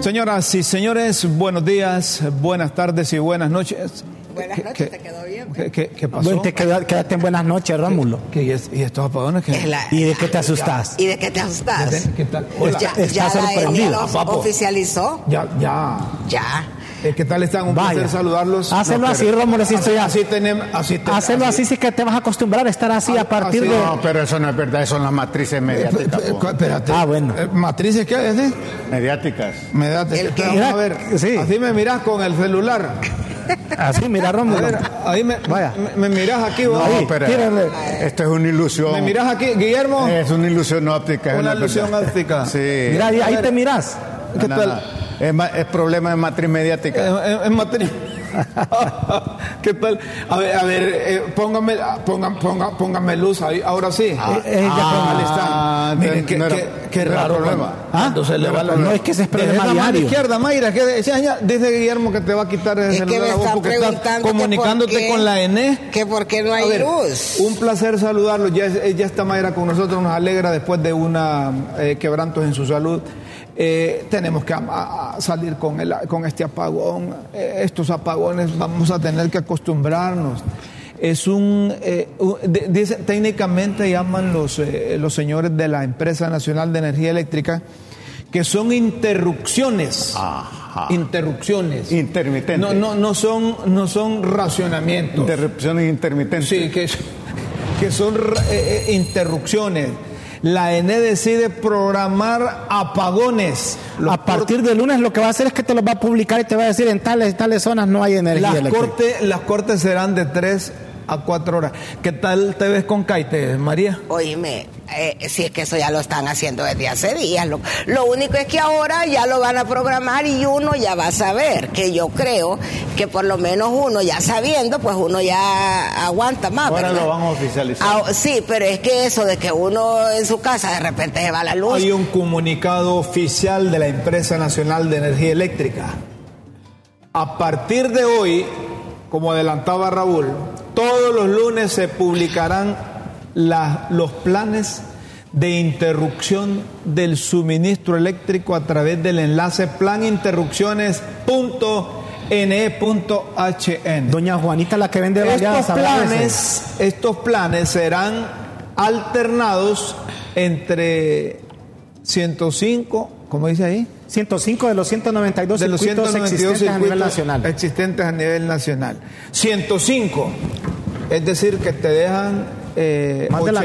Señoras y señores, buenos días, buenas tardes y buenas noches. Buenas ¿Qué- noches, qué- te quedó bien. ¿Qué, qué- qué pasó? Bueno, te queda- quédate en buenas noches, Rómulo. ¿Qué- y, es- y estos apagones que... Es la- ¿Y de qué te asustas? ¿Y de qué te asustas? ¿Qué tal? Hola. Ya, Está ya la sorprendido, ENIA los papo. oficializó. Ya, ya. Ya. Eh, ¿Qué tal están? Un Vaya. placer saludarlos. Ah, Hácelo así, pero- Rómulo, así estoy así. tenemos... Así te- Hacerlo así sí que te vas a acostumbrar a estar así Ah, a partir así de... no. No, pero eso no es verdad, eso son las matrices mediáticas. Eh, po. Espérate. Ah, bueno. Eh, ¿Matrices qué es? eh? Mediáticas. Me da... El que- Vamos a ver. Sí. Así me mirás con el celular. Así, mira, A Rómulo. ver, ahí me, Vaya. me, me mirás aquí vos. No, Ahí, pero tírale. esto es una ilusión. Me mirás aquí, Guillermo. Eh, Es una ilusión óptica. es Una no es ilusión verdad. óptica. Sí. Mira, ahí, ahí te miras. No, ¿qué no, tal? Eh, no. Es, ma- es problema de matriz mediática. En, en- en materia. ¿Qué tal? A ver, a ver, eh, póngame, pongan, pongan, pónganme luz ahí, ahora sí. eh, ya ah, pongan. está. Miren, no qué, era- qué- qué no era raro. problema. cuando- cuando se le va la No, luz. es que ese es problema Deja la mano diario. izquierda, Mayra, que decía, ya, dice Guillermo que te va a quitar el Es que celular me a vos está porque estás preguntando que comunicándote por qué- con la ENE. Que por qué no A hay ver, luz. Un placer saludarlos. Ya, es- ya está Mayra con nosotros, nos alegra después de una eh, quebrantos en su salud. Eh, tenemos que ama- a- salir con, el, con este apagón. Eh, estos apagones vamos a tener que acostumbrarnos. Es un, eh, un- de- dice- técnicamente llaman los, eh, los señores de la Empresa Nacional de Energía Eléctrica que son interrupciones. Ajá. Interrupciones. Intermitentes. No, no, no son, no son racionamientos. Interrupciones intermitentes. Sí, que, que son eh, eh, interrupciones. La ENE decide programar apagones. Los A partir del lunes lo que va a hacer es que te lo va a publicar y te va a decir en tales y tales zonas no hay energía las, eléctrica. cortes, las cortes serán de 3 a 4 horas. ¿Qué tal te ves con Caite, María? Oíme, eh, si es que eso ya lo están haciendo desde hace días. Lo, lo único es que ahora ya lo van a programar y uno ya va a saber, que yo creo que por lo menos uno ya sabiendo, pues uno ya aguanta más. Ahora ¿verdad? lo van a oficializar. Ah, sí, pero es que eso de que uno en su casa de repente se va la luz. Hay un comunicado oficial de la Empresa Nacional de Energía Eléctrica. A partir de hoy, como adelantaba Raúl, todos los lunes se publicarán la- los planes de interrupción del suministro eléctrico a través del enlace E planinterrupciones.ne.hn. Doña Juanita, la que vende Estos baleadas, hablaba de eso. planes, estos planes serán alternados entre 105, ¿cómo dice ahí? 105 de los 192 De los circuitos 192 existentes a nivel circuitos nacional. existentes a nivel nacional. 105, es decir, que te dejan eh, Más de la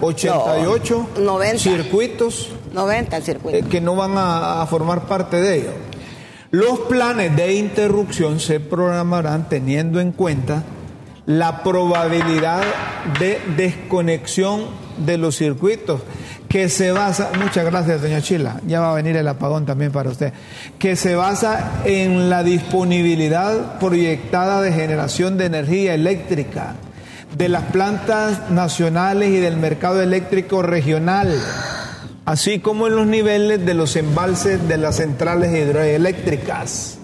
oche- 88 No, 90. circuitos 90 el circuito. eh, que no van a, a formar parte de ello. Los planes de interrupción se programarán teniendo en cuenta la probabilidad de desconexión de los circuitos que se basa, muchas gracias doña Chila, ya va a venir el apagón también para usted, que se basa en la disponibilidad proyectada de generación de energía eléctrica de las plantas nacionales y del mercado eléctrico regional así como en los niveles de los embalses de las centrales hidroeléctricas.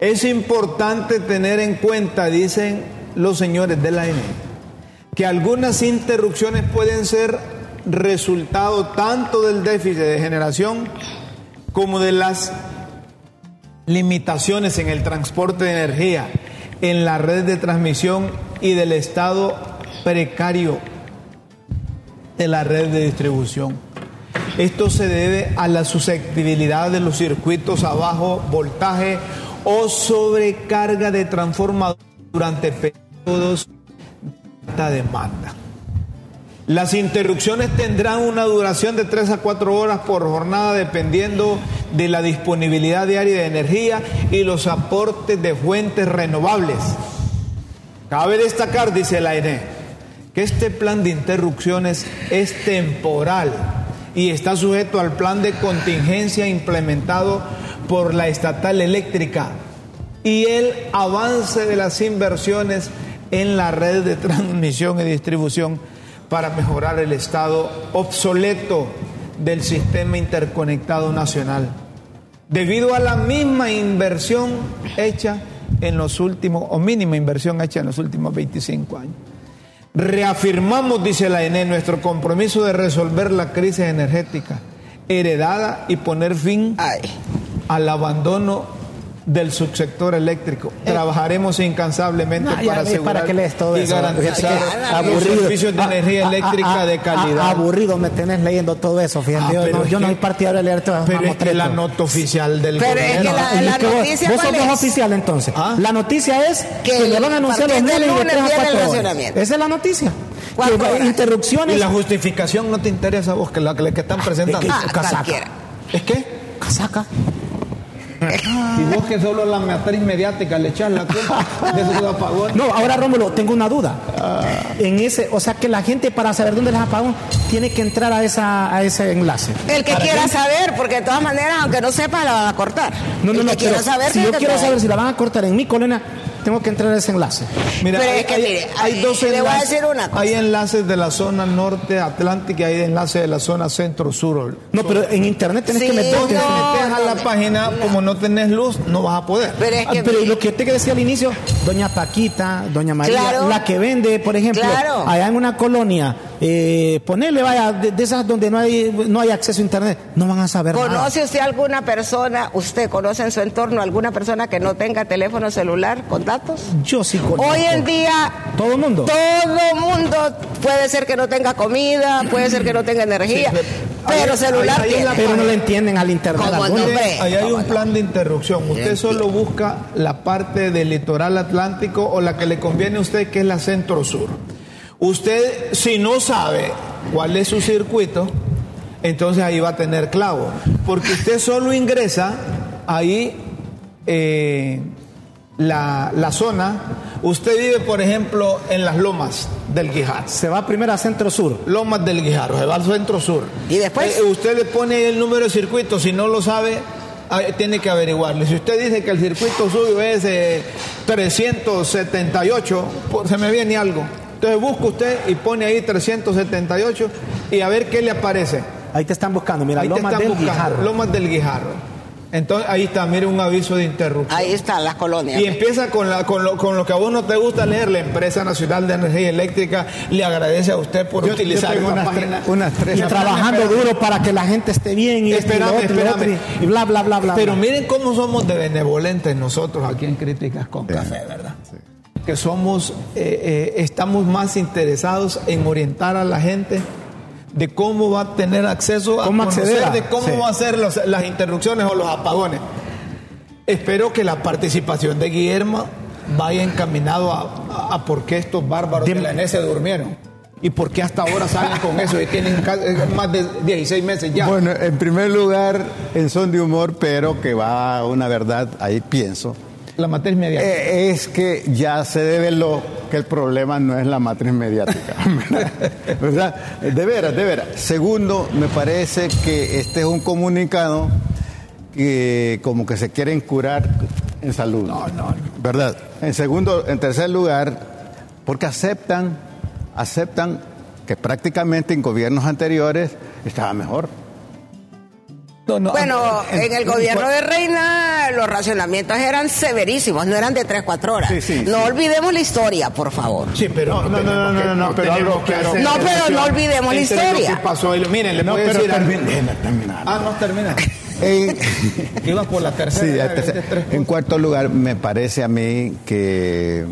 Es importante tener en cuenta, dicen los señores de la ENE, que algunas interrupciones pueden ser resultado tanto del déficit de generación como de las limitaciones en el transporte de energía, en la red de transmisión y del estado precario de la red de distribución. Esto se debe a la susceptibilidad de los circuitos a bajo voltaje o sobrecarga de transformador durante periodos de alta demanda. Las interrupciones tendrán una duración de 3 a 4 horas por jornada dependiendo de la disponibilidad diaria de energía y los aportes de fuentes renovables. Cabe destacar, dice la ENE, que este plan de interrupciones es temporal y está sujeto al plan de contingencia implementado por la estatal eléctrica y el avance de las inversiones en la red de transmisión y distribución para mejorar el estado obsoleto del sistema interconectado nacional debido a la misma inversión hecha en los últimos, o mínima inversión hecha en los últimos 25 años. Reafirmamos, dice la ENE, nuestro compromiso de resolver la crisis energética heredada y poner fin Ay, al abandono del subsector eléctrico. Trabajaremos incansablemente Eh, No, para ya ves, ¿para asegurar qué lees todo y eso? garantizar Fíjate que los aburrido. servicios de Ah, energía ah, eléctrica ah, ah, de calidad. ah, aburrido me tenés leyendo todo eso, fíjate. Ah, yo pero no, es yo no que- soy partidario de leer todas pero esas es que la mamotretas. nota oficial del Pero es gobierno. que la- y la es que vos- noticia vos cuál sos es? oficial entonces. Ah. La noticia es que, Que le van a anunciar los a partir del lunes de lunes 3 a viene el 4 horas. racionamiento. Esa es la noticia. Cuatro Que va- horas. Y interrupciones. la justificación no te interesa a vos, que la que, la que están presentando. Ah, casaca. cualquiera. ¿Es que Casaca. Y vos que solo a la matriz mediática le echas la culpa de esos apagones. No, ahora Rómulo, tengo una duda. Ah. En ese, o sea que la gente para saber dónde les apagón tiene que entrar a esa a ese enlace. El que quiera saber, porque de todas maneras, aunque no sepas, la van a cortar. No, no, El no. que quiera pero saber, si tiene yo que quiero saber. saber si la van a cortar en mi colonia, tengo que entrar a ese enlace. Mira, Pero hay, es que hay- mire, hay ahí dos le voy a enlaces. decir una cosa. Hay enlaces de la zona norte atlántica y hay enlaces de la zona centro-sur. No, pero en internet tenés Sí, que Vos te meterte. no. metes a la página, como no tenés luz, no vas a poder. Pero es Ah, que. pero lo que usted que decía al inicio, doña Paquita, doña María, Claro. la que vende, por ejemplo, Claro. allá en una colonia, eh, ponele, vaya, de, de esas donde no hay no hay acceso a internet, no van a saber nada. ¿Conoce usted alguna persona, usted conoce en su entorno alguna persona que no tenga teléfono celular con datos? Yo sí conozco. Hoy en día Todo el mundo. todo mundo puede ser que no tenga comida, puede ser que no tenga energía, Sí, pero, ahí- celular ahí- ahí en tiene. la- Pero no le entienden al internet. pues. Como algunos. no, hombre. Ahí hay un plan de interrupción. Usted solo busca la parte del litoral atlántico o la que le conviene a usted, que es la centro-sur. Usted, si no sabe cuál es su circuito, entonces ahí va a tener clavo. Porque usted solo ingresa ahí eh, la, la zona. Usted vive, por ejemplo, en las lomas del Guijar. Se va primero a Centro Sur. Lomas del Guijarro, se va al centro sur. ¿Y después? Eh, usted le pone el número de circuito, si no lo sabe, ah, tiene que averiguarlo. Si usted dice que el circuito suyo es eh, 378, por- pues, se me viene algo. Entonces busca usted y pone ahí 378 y a ver qué le aparece. Ahí te están buscando, mira, ahí te Lomas están del buscando, Guijarro. Lomas del Guijarro. Entonces ahí está, mire un aviso de interrupción. Ahí están las colonias. Y empieza con, la, con, lo, con lo que a vos no te gusta leer, la empresa nacional de energía eléctrica le agradece a usted por Yo- yo utilizar tengo esta unas página. tre- unas tres- Y Espérame, trabajando espérame. duro para que la gente esté bien y esto y lo Espérame, otro y lo otro, espérame. y bla, bla, bla, bla. Pero bla. miren cómo somos de benevolentes nosotros aquí en Críticas con Café, ¿verdad? Que somos, eh, eh, estamos más interesados en orientar a la gente de cómo va a tener acceso a ¿Cómo conocer acceder a- de cómo sí. va a ser los- las interrupciones o los apagones. Espero que la participación de Guillermo vaya encaminado a, a- a por qué estos bárbaros de, Dime. la ENE se durmieron. Y por qué hasta ahora salen con eso y tienen ca- eh, más de 16 meses ya. Bueno, en primer lugar, en son de humor, pero que va a una verdad, ahí pienso. la materia media. Eh, es que ya se develó que el problema no es la matriz mediática. ¿Verdad? De veras, de veras. Segundo, me parece que este es un comunicado que como que se quieren curar en salud. No, no. ¿Verdad? En segundo, en tercer lugar, porque aceptan, aceptan que prácticamente en gobiernos anteriores estaba mejor. No, no, Bueno, ah, en el gobierno de Reina los racionamientos eran severísimos, no eran de 3, 4 horas. Sí, sí, no sí. olvidemos la historia, por favor. Sí, pero No, no, no, no, no, no, pero tenemos hablo- que pero- hacer No, pero relación no olvidemos la entre lo historia. que pasó y lo- miren, le No, voy a pero decir algo. termina, termina. Ah, no termina. En- Iba por la Sí, tercera. ya ya, te sé. 23 en puntos. cuarto lugar, me parece a mí que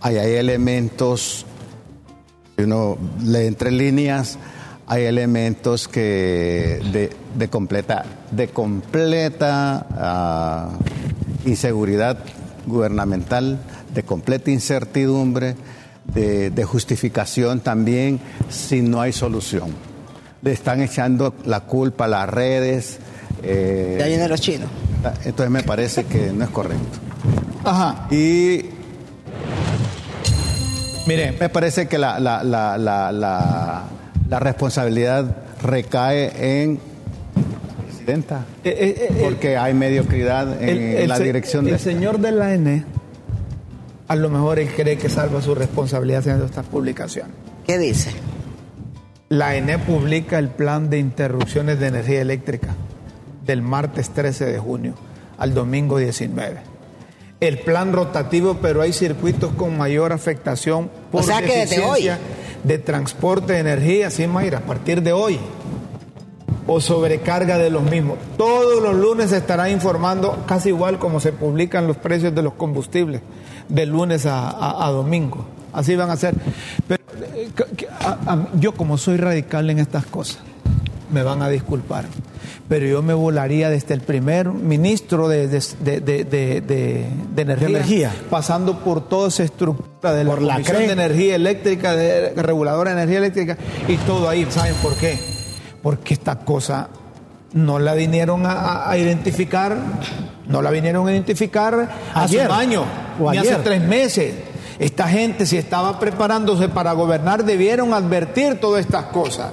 hay, hay elementos, si uno lee entre líneas, hay elementos que de, de completa, de completa ah, inseguridad gubernamental, de completa incertidumbre, de, de justificación también, si no hay solución. Le están echando la culpa a las redes. eh, Ya vienen los chinos. entonces me parece que no es correcto. Ajá. Y Miren, me parece que la, la- la- la- la- la responsabilidad recae en la presidenta. eh, eh, eh, Porque hay mediocridad en, el- el la se- dirección El de... señor de la N, a lo mejor él cree que salva su responsabilidad haciendo estas publicaciones. ¿Qué dice? La ENE publica el plan de interrupciones de energía eléctrica del martes 13 de junio al domingo 19. El plan rotativo, pero hay circuitos con mayor afectación por O sea que desde deficiencia de transporte de energía, sí, Mayra, a partir de hoy. o sobrecarga de los mismos. Todos los lunes se estará informando, casi igual como se publican los precios de los combustibles, de lunes a, a- a domingo. Así van a ser. Pero eh, que- que- a- a- yo como soy radical en estas cosas, me van a disculpar, pero yo me volaría desde el primer ministro de, de, de- de- de- de- de energía, energía. pasando por toda esa estructura de la, Por la Comisión CRE. de Energía Eléctrica, de Reguladora de Energía Eléctrica, y todo ahí. ¿Saben por qué? Porque esta cosa no la vinieron a- a, a identificar, no la vinieron a identificar hace Ayer, un año, o ni hace ayer. tres meses. Esta gente, si estaba preparándose para gobernar, debieron advertir todas estas cosas.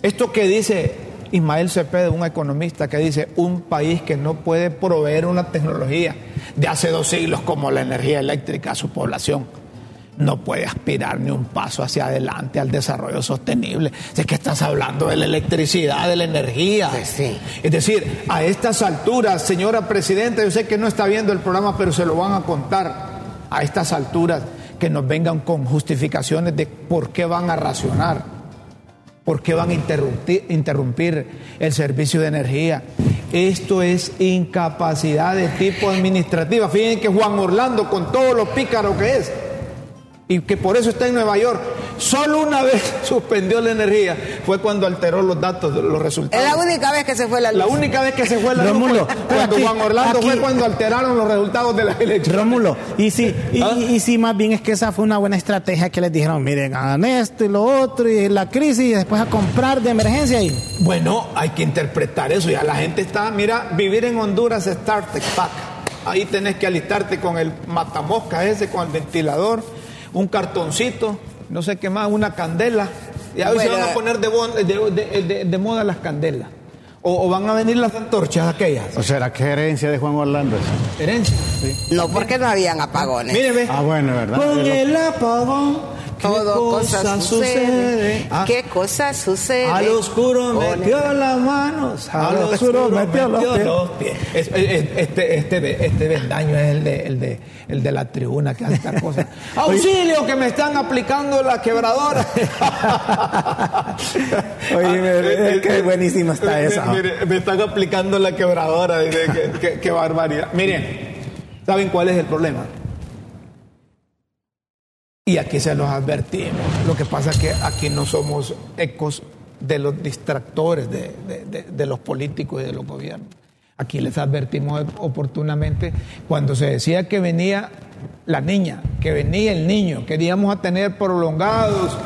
Esto que dice Ismael Cepeda, un economista que dice un país que no puede proveer una tecnología de hace dos siglos como la energía eléctrica a su población, no puede aspirar ni un paso hacia adelante al desarrollo sostenible. Si Es que estás hablando de la electricidad, de la energía. Pues sí. Es decir, a estas alturas, señora presidenta, yo sé que no está viendo el programa, pero se lo van a contar. A estas alturas, que nos vengan con justificaciones de por qué van a racionar. ¿Por qué van a interrumpir, interrumpir el servicio de energía? Esto es incapacidad de tipo administrativa. Fíjense que Juan Orlando, con todos los pícaros que es, y que por eso está en Nueva York, solo una vez suspendió la energía, fue cuando alteró los datos, los Es la resultados. única vez que se fue la luz. La única vez que se fue la luz Rómulo, fue cuando aquí- Juan Orlando fue aquí- cuando alteraron los resultados de las elecciones. Rómulo, y si, y, Ah. y- y si más bien es que esa fue una buena estrategia que les dijeron, miren, hagan esto y lo otro, y la crisis, y después a comprar de emergencia y Bueno, hay que interpretar eso. Ya la gente está, mira, vivir en Honduras es starter pack. Ahí tenés que alistarte con el matamosca ese, con el ventilador, un cartoncito, no sé qué más, una candela. Y ahí se Bueno. van a poner de, bon- de- de- de- de moda las candelas. O, o van a venir las antorchas aquellas. O sea, ¿qué herencia de Juan Orlando? es? Herencia. No, porque no habían apagones. Miren, ve. Ah, bueno, ¿verdad? Con el apagón, ¿qué Todo cosa, cosa sucede? sucede. Ah, ¿Qué cosa sucede? Al oscuro Con metió las manos, al oscuro metió los pies. Es- es- es- Este, este, ve- este vendaño es el de, el de, el de la tribuna que hace estas cosas. ¡Auxilio que me están aplicando la quebradora! Oye, es que buenísima Ah. está Mire, esa. mire, me están aplicando la quebradora. dice, qué- qué- qué barbaridad. Miren, ¿saben cuál es el problema? Y aquí se los advertimos. Lo que pasa es que aquí no somos ecos de los distractores de, de- de- de los políticos y de los gobiernos. Aquí les advertimos oportunamente cuando se decía que venía la niña, que venía el niño, que íbamos a tener prolongados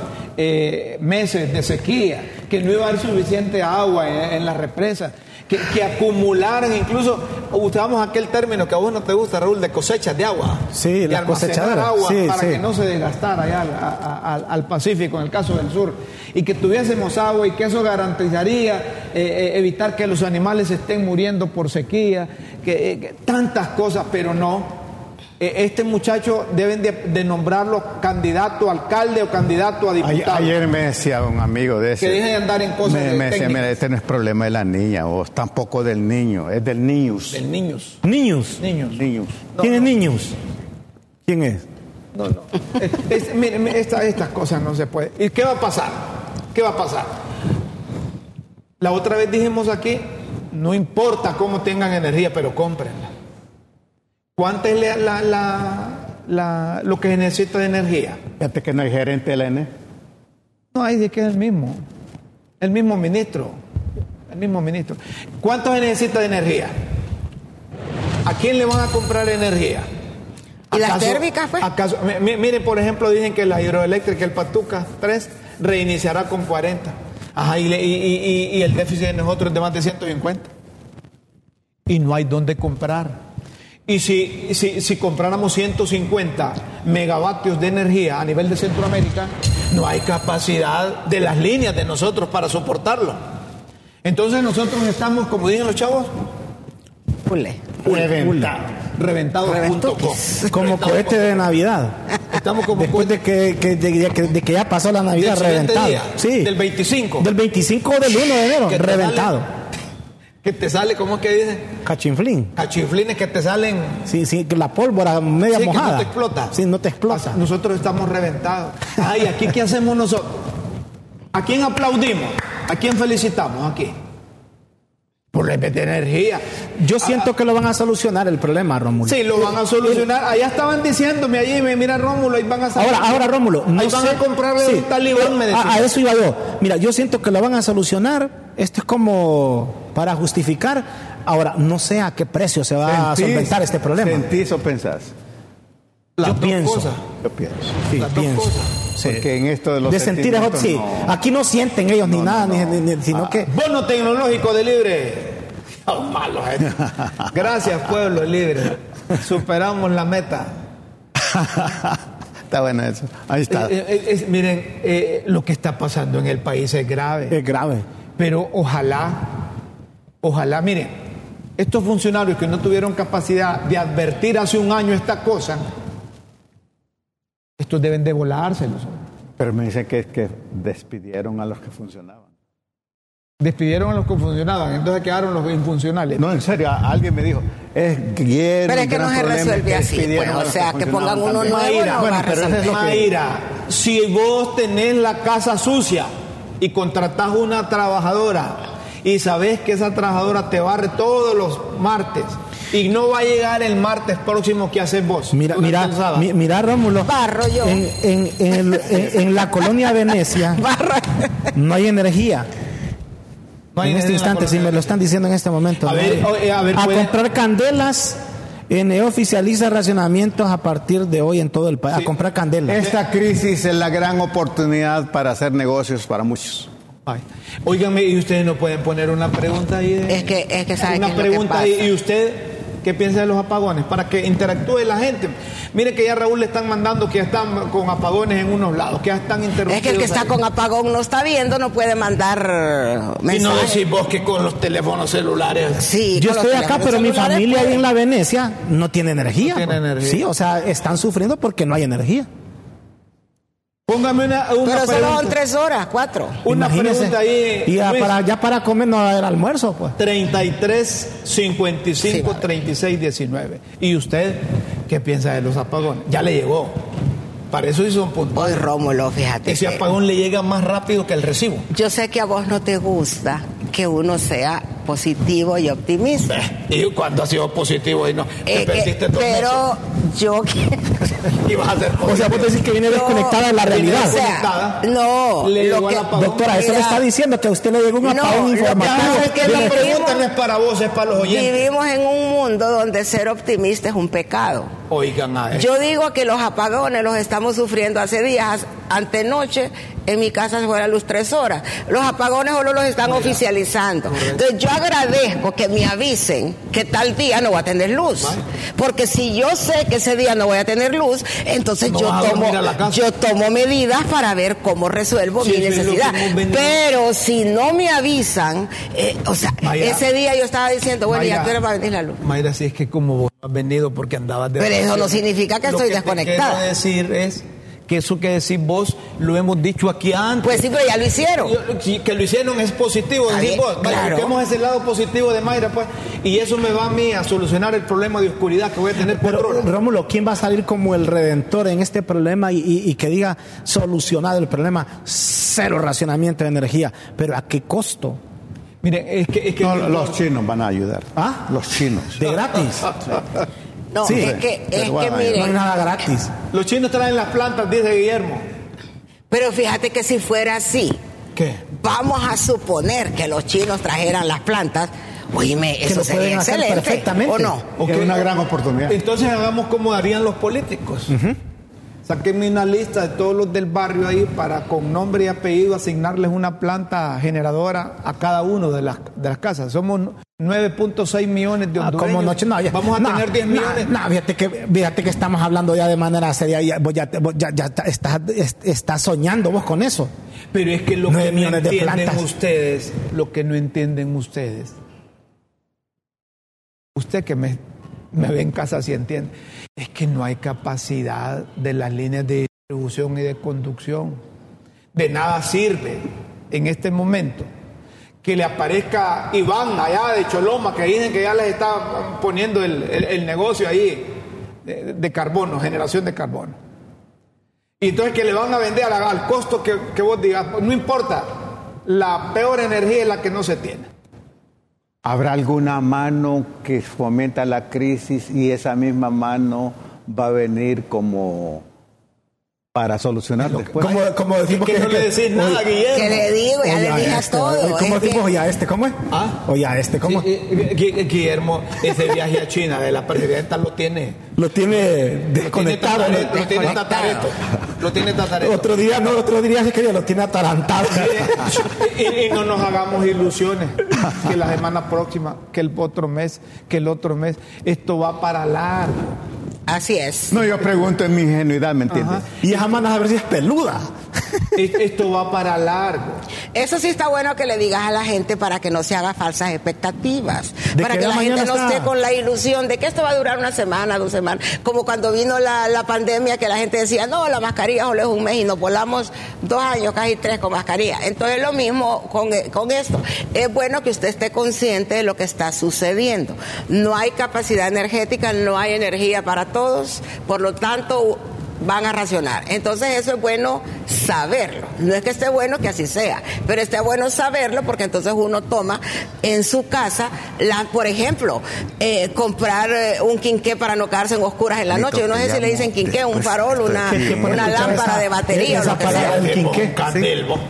eh, meses de sequía, que no iba a haber suficiente agua en, en las represas, que, que acumularan incluso, usamos aquel término que a vos no te gusta, Raúl, de cosechas de agua. Sí, De la almacenar cosechadora, agua sí, para sí. que no no se desgastara allá al, a- a- al Pacífico, en el caso del sur, y que tuviésemos agua y que eso garantizaría eh, eh, evitar que los animales estén muriendo por sequía, que, eh, que tantas cosas, pero no. Eh, Este muchacho deben de, de nombrarlo candidato a alcalde o candidato a Ay- diputado. Ayer me decía un amigo de ese. Que deje de andar en cosas Me, de me decía, técnicas. mira, este no es problema de la niña, vos tampoco del niño, es del niños. de niños. niños. Niños. niños. No, ¿Quién es no. niños? ¿Quién es? No, no. Es- es- mire, mire, esta- estas cosas no se pueden. ¿Y qué va a pasar? ¿Qué va a pasar? La otra vez dijimos aquí, no importa cómo tengan energía, pero cómprenla. ¿Cuánto es la- la- la- la- lo que se necesita de energía? Fíjate que no hay gerente de la ENE. No, ahí dice que es el mismo. El mismo ministro. El mismo ministro. ¿Cuánto se necesita de energía? ¿A quién le van a comprar energía? ¿Y las ¿Acaso- térmicas, pues? acaso- mi- mi- miren, por ejemplo, dicen que la hidroeléctrica, el Patuca 3, reiniciará con 40. Ajá, y, le- y- y- y- y el déficit de nosotros es de más de 150. Y no hay dónde comprar. Y si, si, si compráramos 150 megavatios de energía a nivel de Centroamérica, no hay capacidad de las líneas de nosotros para soportarlo. Entonces nosotros estamos, como dicen los chavos, Pule. Reventa. reventados. punto com. Como Reventados cohete punto de com. Navidad. Estamos como Después cohete de que, que- de, de que- de que ya pasó la Navidad, del siguiente reventado. día, sí. del 25, Del 25 del 1 de enero, Que te reventado. que te sale, ¿cómo es que dicen? Cachinflín. Cachiflines que te salen Sí, sí, que la pólvora media Sí, que mojada. no te explota. Sí, no te explota. Nosotros estamos reventados. Ay, ¿aquí qué hacemos nosotros? ¿A quién aplaudimos? ¿A quién felicitamos aquí? por la de energía. Yo siento que lo van a solucionar el problema, Rómulo. Sí, lo van a solucionar. Allá estaban diciéndome, allí me mira Rómulo, ahí van a salir. Ahora, ahora Rómulo, no ahí van sé- a comprarle Sí. Ah, un talibán, me decía. a, a eso iba yo. Mira, yo siento que lo van a solucionar. Esto es como para justificar. Ahora, no sé a qué precio se va a solventar este problema. ¿Sentís o pensás? Las yo dos pienso. cosas. Yo pienso. Sí, Las dos pienso. cosas. Sí. Porque en esto de los de sentir es sentimientos, sí. no. Aquí no sienten ellos ni No, nada, no, Ah. ni- no. ni- ni- sino que Bono tecnológico de libre. Son malos estos. Gracias, pueblo libre. Superamos la meta. Está bueno eso. Ahí está. Eh, eh, es- miren, eh, lo que está pasando en el país es grave. es grave. Pero ojalá, ojalá, miren, estos funcionarios que no tuvieron capacidad de advertir hace un año esta cosa, estos deben de volárselos. Pero me dicen que es que despidieron a los que funcionaban. Despidieron a los que funcionaban, entonces quedaron los infuncionales. No, en serio, a- alguien me dijo, es que Pero es que no se resuelve así, pues, o sea, que pongan uno nuevo no va a pero eso es lo que- Mayra, si vos tenés la casa sucia y contratás una trabajadora y sabés que esa trabajadora te barre todos los martes y no va a llegar el martes próximo que haces vos. Mira, Una mira, cansada. mi- mira, Rómulo. Barro yo. En, en- en el- en- en la colonia Venecia no hay energía. No hay en este nadie la instante, si colonia. me lo están diciendo en este momento. A ¿no? ver, o- eh, a ver, puede- comprar candelas. NE oficializa racionamientos a partir de hoy en todo el país. A comprar candelas. Esta crisis es la gran oportunidad para hacer negocios para muchos. Ay. Óiganme, y ustedes no pueden poner una pregunta ahí. de- Es que- es que sabe Una qué es lo que pregunta ahí. pasa. ¿Y usted qué piensa de los apagones? Para que interactúe la gente. Mire que ya Raúl le están mandando que ya están con apagones en unos lados, que ya están interrumpidos. Es que el que está ahí. con apagón no está viendo, no puede mandar Y no mensajes. decís vos que con los teléfonos celulares. Sí, Yo con los estoy acá, teléfonos pero mi celulares, familia pues. ahí en la Venecia no tiene energía. tiene pues. energía. Sí, o sea, están sufriendo porque no hay energía. Póngame una, una Pero solo son pregunta. tres horas, cuatro. Una Imagínense. pregunta ahí. Y ya Luis. para, ya para comer no va a haber almuerzo, pues. 33 Sí, 55 vale. 36 19. ¿Y usted qué piensa de los apagones? Ya le llegó. Para eso hizo un punto. Hoy Rómulo, fíjate. Ese que- apagón le llega más rápido que el recibo. Yo sé que a vos no te gusta que uno sea positivo y optimista. Eh, Y cuando ha sido positivo y no, Eh, que- pero yo y vas a ser O sea, vos decís que viene desconectada de la viene realidad. o sea, Desconectada. no, Le lo llegó que- el apagón. Doctora, eso Mira, le está diciendo que a usted le llegó un No, apagón lo que informativo. pasa es que la la pregunta prima- no es para vos, es para los oyentes. vivimos en un mundo donde ser optimista es un pecado. Oigan a eso. Yo digo que los apagones los estamos sufriendo hace días. Antenoche en mi casa se fue la luz tres horas. Los apagones solo los están oficializando. Entonces yo agradezco que me avisen que tal día no va a tener luz. Porque si yo sé que ese día no voy a tener luz, entonces No yo, vas a tomo, dormir a la casa. yo tomo medidas para ver cómo resuelvo Sí, mi eso es lo que necesidad. hemos venido- Pero si no me avisan, eh, o sea, Mayra. ese día yo estaba diciendo, bueno, ya tú eres para venir la luz. Mayra, si es que como vos has venido porque andabas de Pero eso no vacaciones. significa que Lo estoy te desconectada. quiero decir es que eso que decís vos lo hemos dicho aquí antes. Pues sí, pero ya lo hicieron. Yo- si- que lo hicieron es positivo, Está decís bien, vos. Vaya, claro. Busquemos ese lado positivo de Mayra, pues. Y eso me va a mí a solucionar el problema de oscuridad que voy a tener por otro Pero, lado. Rómulo, ¿quién va a salir como el redentor en este problema y, y- y que diga solucionado el problema? Cero racionamiento de energía. ¿Pero a qué costo? Miren, es que. Es que No, los chinos van a ayudar. ¿Ah? Los chinos. De gratis. ah, No, Sí, es que, pero es bueno, que No hay miren, nada gratis. los chinos traen las plantas, dice Guillermo. pero fíjate que si fuera así, ¿Qué? vamos a suponer que los chinos trajeran las plantas, oíme, eso lo sería pueden hacer excelente. perfectamente. ¿O no? Es una gran Eh, oportunidad. Entonces hagamos como harían los políticos. Saquenme una lista de todos los del barrio ahí para con nombre y apellido asignarles una planta generadora a cada uno de las, de las casas. Somos 9.6 millones de Ah, hondureños. como noche, no, ya- Vamos a no, tener 10 no, millones. No, fíjate que, fíjate que estamos hablando ya de manera seria. Ya, vos ya, vos ya- ya está- estás estás soñando vos con eso. Pero es que lo Nueve que no millones de entienden plantas. ustedes, lo que no entienden ustedes, usted que me, me ve en casa si entiende, es que no hay capacidad de las líneas de distribución y de conducción. De nada sirve en este momento que le aparezca Iván allá de Choloma, que dicen que ya les está poniendo el, el- el negocio ahí de- de carbono, generación de carbono. Y entonces que le van a vender al, al costo que, que vos digas, no importa, la peor energía es la que no se tiene. ¿Habrá alguna mano que fomenta la crisis y esa misma mano va a venir como para solucionar Como, como decimos Pues Que no le decís nada, Guillermo. ¿Qué le digo? Ya oye, le dije a este, todo. ¿Cómo es que- decimos? Oye, a este, ¿cómo es? ¿Ah? Oye, a este, ¿cómo? Sí, eh, Gui- Gui- Guillermo, ese viaje a China de la presidenta lo tiene. Lo tiene Lo tiene desconectado. ¿no? tatare- lo tiene tatareto. Lo tiene tatareto. Otro día, no, otro día es que ya lo tiene atarantado. Y, eh, y no nos hagamos ilusiones que la semana próxima, que el otro mes, que el otro mes, esto va para largo. Así es. No, yo pregunto en mi ingenuidad, ¿me entiendes? y esas manos a ver si es peluda. Es- Esto va para largo. Eso sí está bueno que le digas a la gente para que no se haga falsas expectativas. De Para que que ya la gente mañana no está. esté con la ilusión de que esto va a durar una semana, dos semanas. Como cuando vino la, la pandemia que la gente decía, no, la mascarilla solo es un mes y nos volamos dos años, casi tres con mascarilla. Entonces lo mismo con, eh, con esto. Es bueno que usted esté consciente de lo que está sucediendo. No hay capacidad energética, no hay energía para todos. Por lo tanto, van a racionar. Entonces eso es bueno saberlo. No es que esté bueno que así sea, pero está bueno saberlo porque entonces uno toma en su casa, la, por ejemplo, eh, comprar eh, un quinqué para no quedarse en oscuras en la Nito, noche. Yo no te sé si le llamo dicen quinqué, un después, farol, estoy una, aquí. Sí, por una escuchar lámpara esa- de batería o esa lo que palabra sea. del quinqué. Candel, vos.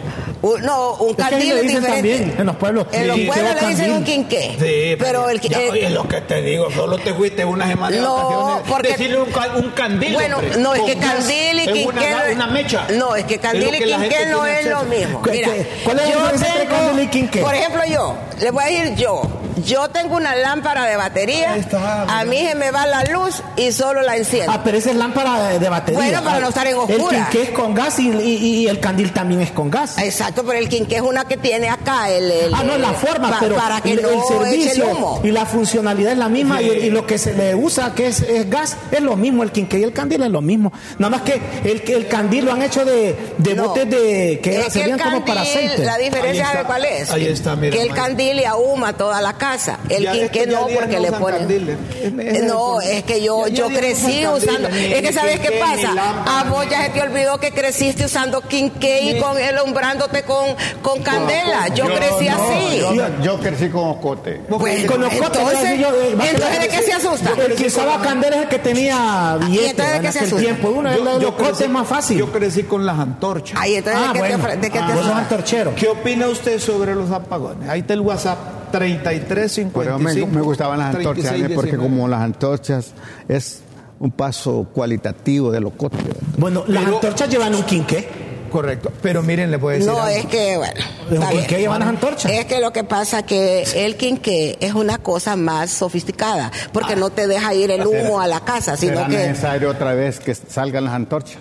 Un- no, un que ahí candil le es dicen diferente. también, en los pueblos, En los quinqué o pueblos le dicen candil. un quinqué. Sí, pero el ya, eh, oye, lo que te digo, solo te fuiste una semana de No, vacaciones. porque- Decirle un, ca- un candil. Bueno, hombre, no, es que con gas, candil y es una, quinqué. ga- una mecha. No, es que candil lo y que la gente quinqué no tiene es lo acceso. mismo. ¿Qué- Mira, qué- cuál es la yo diferencia entre candil y quinqué? tengo, por ejemplo, yo, les voy a decir yo, yo tengo una lámpara de batería, Ahí está, a mí se me va la luz y solo la enciendo. Ah, pero esa es lámpara de, de batería. Bueno, para no estar en oscuras. El quinqué es con gas y, y- y el candil también es con gas. Exacto, pero el quinqué es una que tiene acá el, el- Ah, no, la el- forma, pa- pero para que el, no el eche servicio el humo. y la funcionalidad es la misma y, y lo que se le usa, que es, es gas, es lo mismo. El quinqué y el candil es lo mismo. Nada más que el, el candil lo han hecho de, de No. botes de que Es que servían el como para candil, aceite. La diferencia, Ahí está, ¿sabe cuál es? ahí está, mira, Que el Mike. candil le ahuma toda la casa. El Ya quinqué estos ya no, días porque no le usan candiles. Es- ese es ponen. el No, problema. es que yo, Ya yo días no crecí usan usando. candiles, ni- Es que ni ¿sabes qué quinqué, ni pasa? lámpara, A vos ni- ya se te olvidó que creciste usando quinqué y con alumbrándote con, con candela. Yo crecí No, así. Yo, yo crecí con ocote. Pues, Con los entonces, cotes, yo- eh, yo- yo- entonces, ¿de qué se asusta? Ah, El que usaba candela es el que tenía billetes entonces, ¿de en qué se aquel asusta? tiempo. Uno era de los cotes más fácil. Yo crecí con las antorchas. Ay, entonces, ah, ¿de qué te bueno. ofre- de qué Ah, te vos sos asusta? antorchero. ¿Qué opina usted sobre los apagones? Ahí está el WhatsApp 33 Pero me, 55 me gustaban las antorchas eh, 36, porque 19. como las antorchas es un paso cualitativo del ocote. Bueno, las Pero- antorchas llevan un quinqué. Correcto. Pero miren, le puedo decir No, algo. es que, bueno. Pero está ¿por qué bien. llevan las antorchas? Es que lo que pasa que el quinqué es una cosa más sofisticada, porque no te deja ir el humo a la casa, sino Será que. necesario otra vez que salgan las antorchas.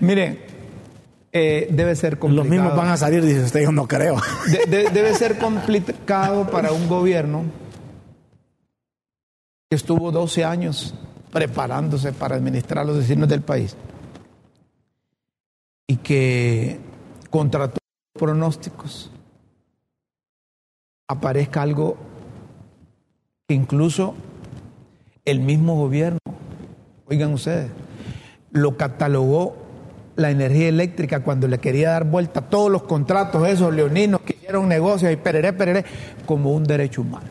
Miren, eh, debe ser complicado. Los mismos van a salir, dice usted, yo no creo. De- de- debe ser complicado para un gobierno que estuvo 12 años preparándose para administrar los destinos del país y que contrató pronósticos, aparezca algo que incluso el mismo gobierno, oigan ustedes, lo catalogó la energía eléctrica cuando le quería dar vuelta a todos los contratos esos leoninos que hicieron negocios y pereré, pereré, como un derecho humano.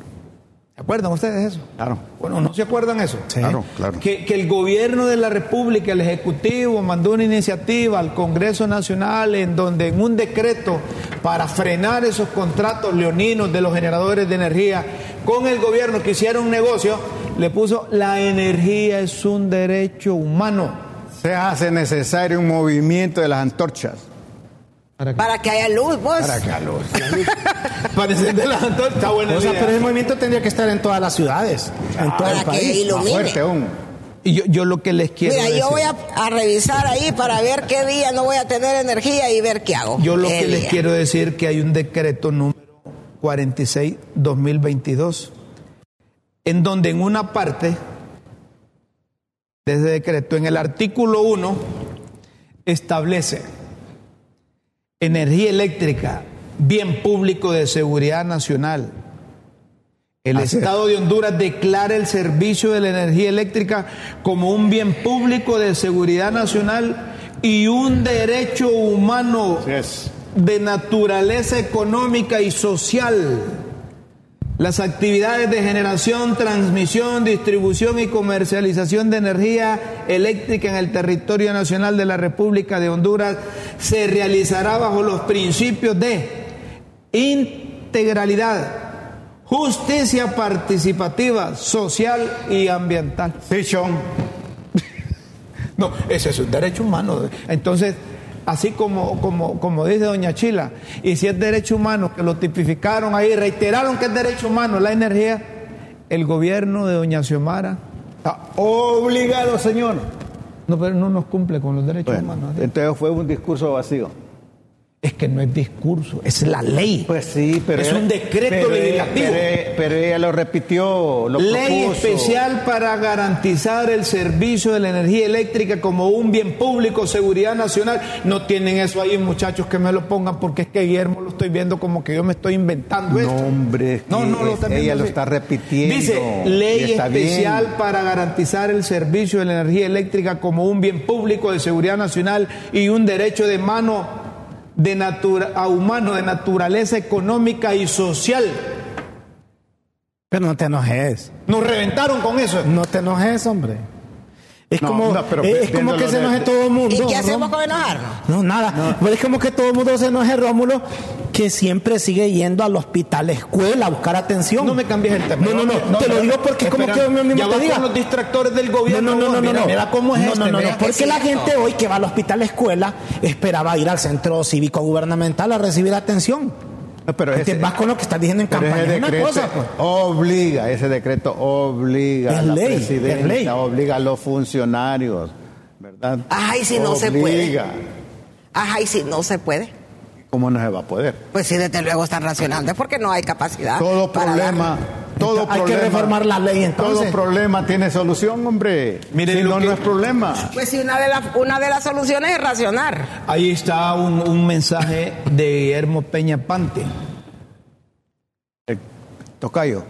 ¿Se acuerdan ustedes de eso? Claro. Bueno, ¿no se acuerdan eso? Claro, claro. Que, que el gobierno de la República, el Ejecutivo, mandó una iniciativa al Congreso Nacional en donde en un decreto para frenar esos contratos leoninos de los generadores de energía con el gobierno que hicieron negocio, le puso la energía es un derecho humano. Se hace necesario un movimiento de las antorchas. Para que haya luz, pues. vos. Para encender las antorchas, está buena O sea, idea. pero el movimiento tendría que estar en todas las ciudades, en todo Para el que país. ilumine. Más fuerte aún. Y yo, yo lo que les quiero Mira, yo decir- voy a, a revisar ahí para ver qué día no voy a tener energía y ver qué hago. Yo lo Qué que les día. quiero decir que hay un decreto número 46-2022, en donde en una parte de ese decreto, en el artículo 1, establece energía eléctrica, bien público de seguridad nacional. El Así es. Estado de Honduras declara el servicio de la energía eléctrica como un bien público de seguridad nacional y un derecho humano Así es. de naturaleza económica y social. Las actividades de generación, transmisión, distribución y comercialización de energía eléctrica en el territorio nacional de la República de Honduras se realizará bajo los principios de integralidad, justicia participativa, social y ambiental. Pichón. No, ese es un derecho humano. Entonces, así como, como, como dice doña Chila, y si es derecho humano, que lo tipificaron ahí, reiteraron que es derecho humano la energía, el gobierno de doña Xiomara está obligado, señor. No, pero no nos cumple con los derechos Bueno, humanos. ¿eh? entonces fue un discurso vacío. Es que no es discurso, es la ley. Pues sí, pero Es un decreto legislativo. Pero, pero ella lo repitió, lo Ley propuso. especial para garantizar el servicio de la energía eléctrica como un bien público, seguridad nacional. No tienen eso ahí, muchachos, que me lo pongan, porque es que Guillermo lo estoy viendo como que yo me estoy inventando No, esto. hombre, es no, que no, lo es- están viendo ella lo así. está repitiendo. Dice, y ley está bien. especial para garantizar el servicio de la energía eléctrica como un bien público de seguridad nacional y un derecho de mano de natura- a humano de naturaleza económica y social. Pero no te enojes. Nos reventaron con eso. No te enojes, hombre. Es No, como, no, pero es- es viéndolo como que se desde- enoje todo el mundo. ¿Y qué hacemos Rómulo. con enojarnos? No, nada. Pero Es como que todo el mundo se enoje, Rómulo, que siempre sigue yendo al hospital, escuela, a buscar atención. No me cambies el tema. No, no, no. te lo digo porque es como que Espera, yo mismo ya te vas diga. con los distractores del No, gobierno. no, no, vos, no, no, mira, no. mira cómo es No, este, no, no, mira. no, Porque la gente hoy que va al hospital escuela esperaba ir al centro cívico gubernamental a recibir atención. No, pero Te ese, vas con lo que estás diciendo en pero ese campaña. Es una decreto cosa, pues. obliga, ese decreto obliga Es a la ley, es presidenta, ley. obliga a los funcionarios, ¿verdad? Ay, si no se puede. Obliga. Ajá, y si no se puede. ¿Cómo no se va a poder? Pues sí, desde luego están racionando, es porque no hay capacidad. Todo Ah, para problema, darle. todo Hay que problema. reformar la ley, entonces. Todo problema tiene solución, hombre. Mire, si lo no, que- no es problema. Pues sí, una de, las una de las soluciones es racionar. Ahí está un, un mensaje de Guillermo Peña Pante. Eh, Tocayo.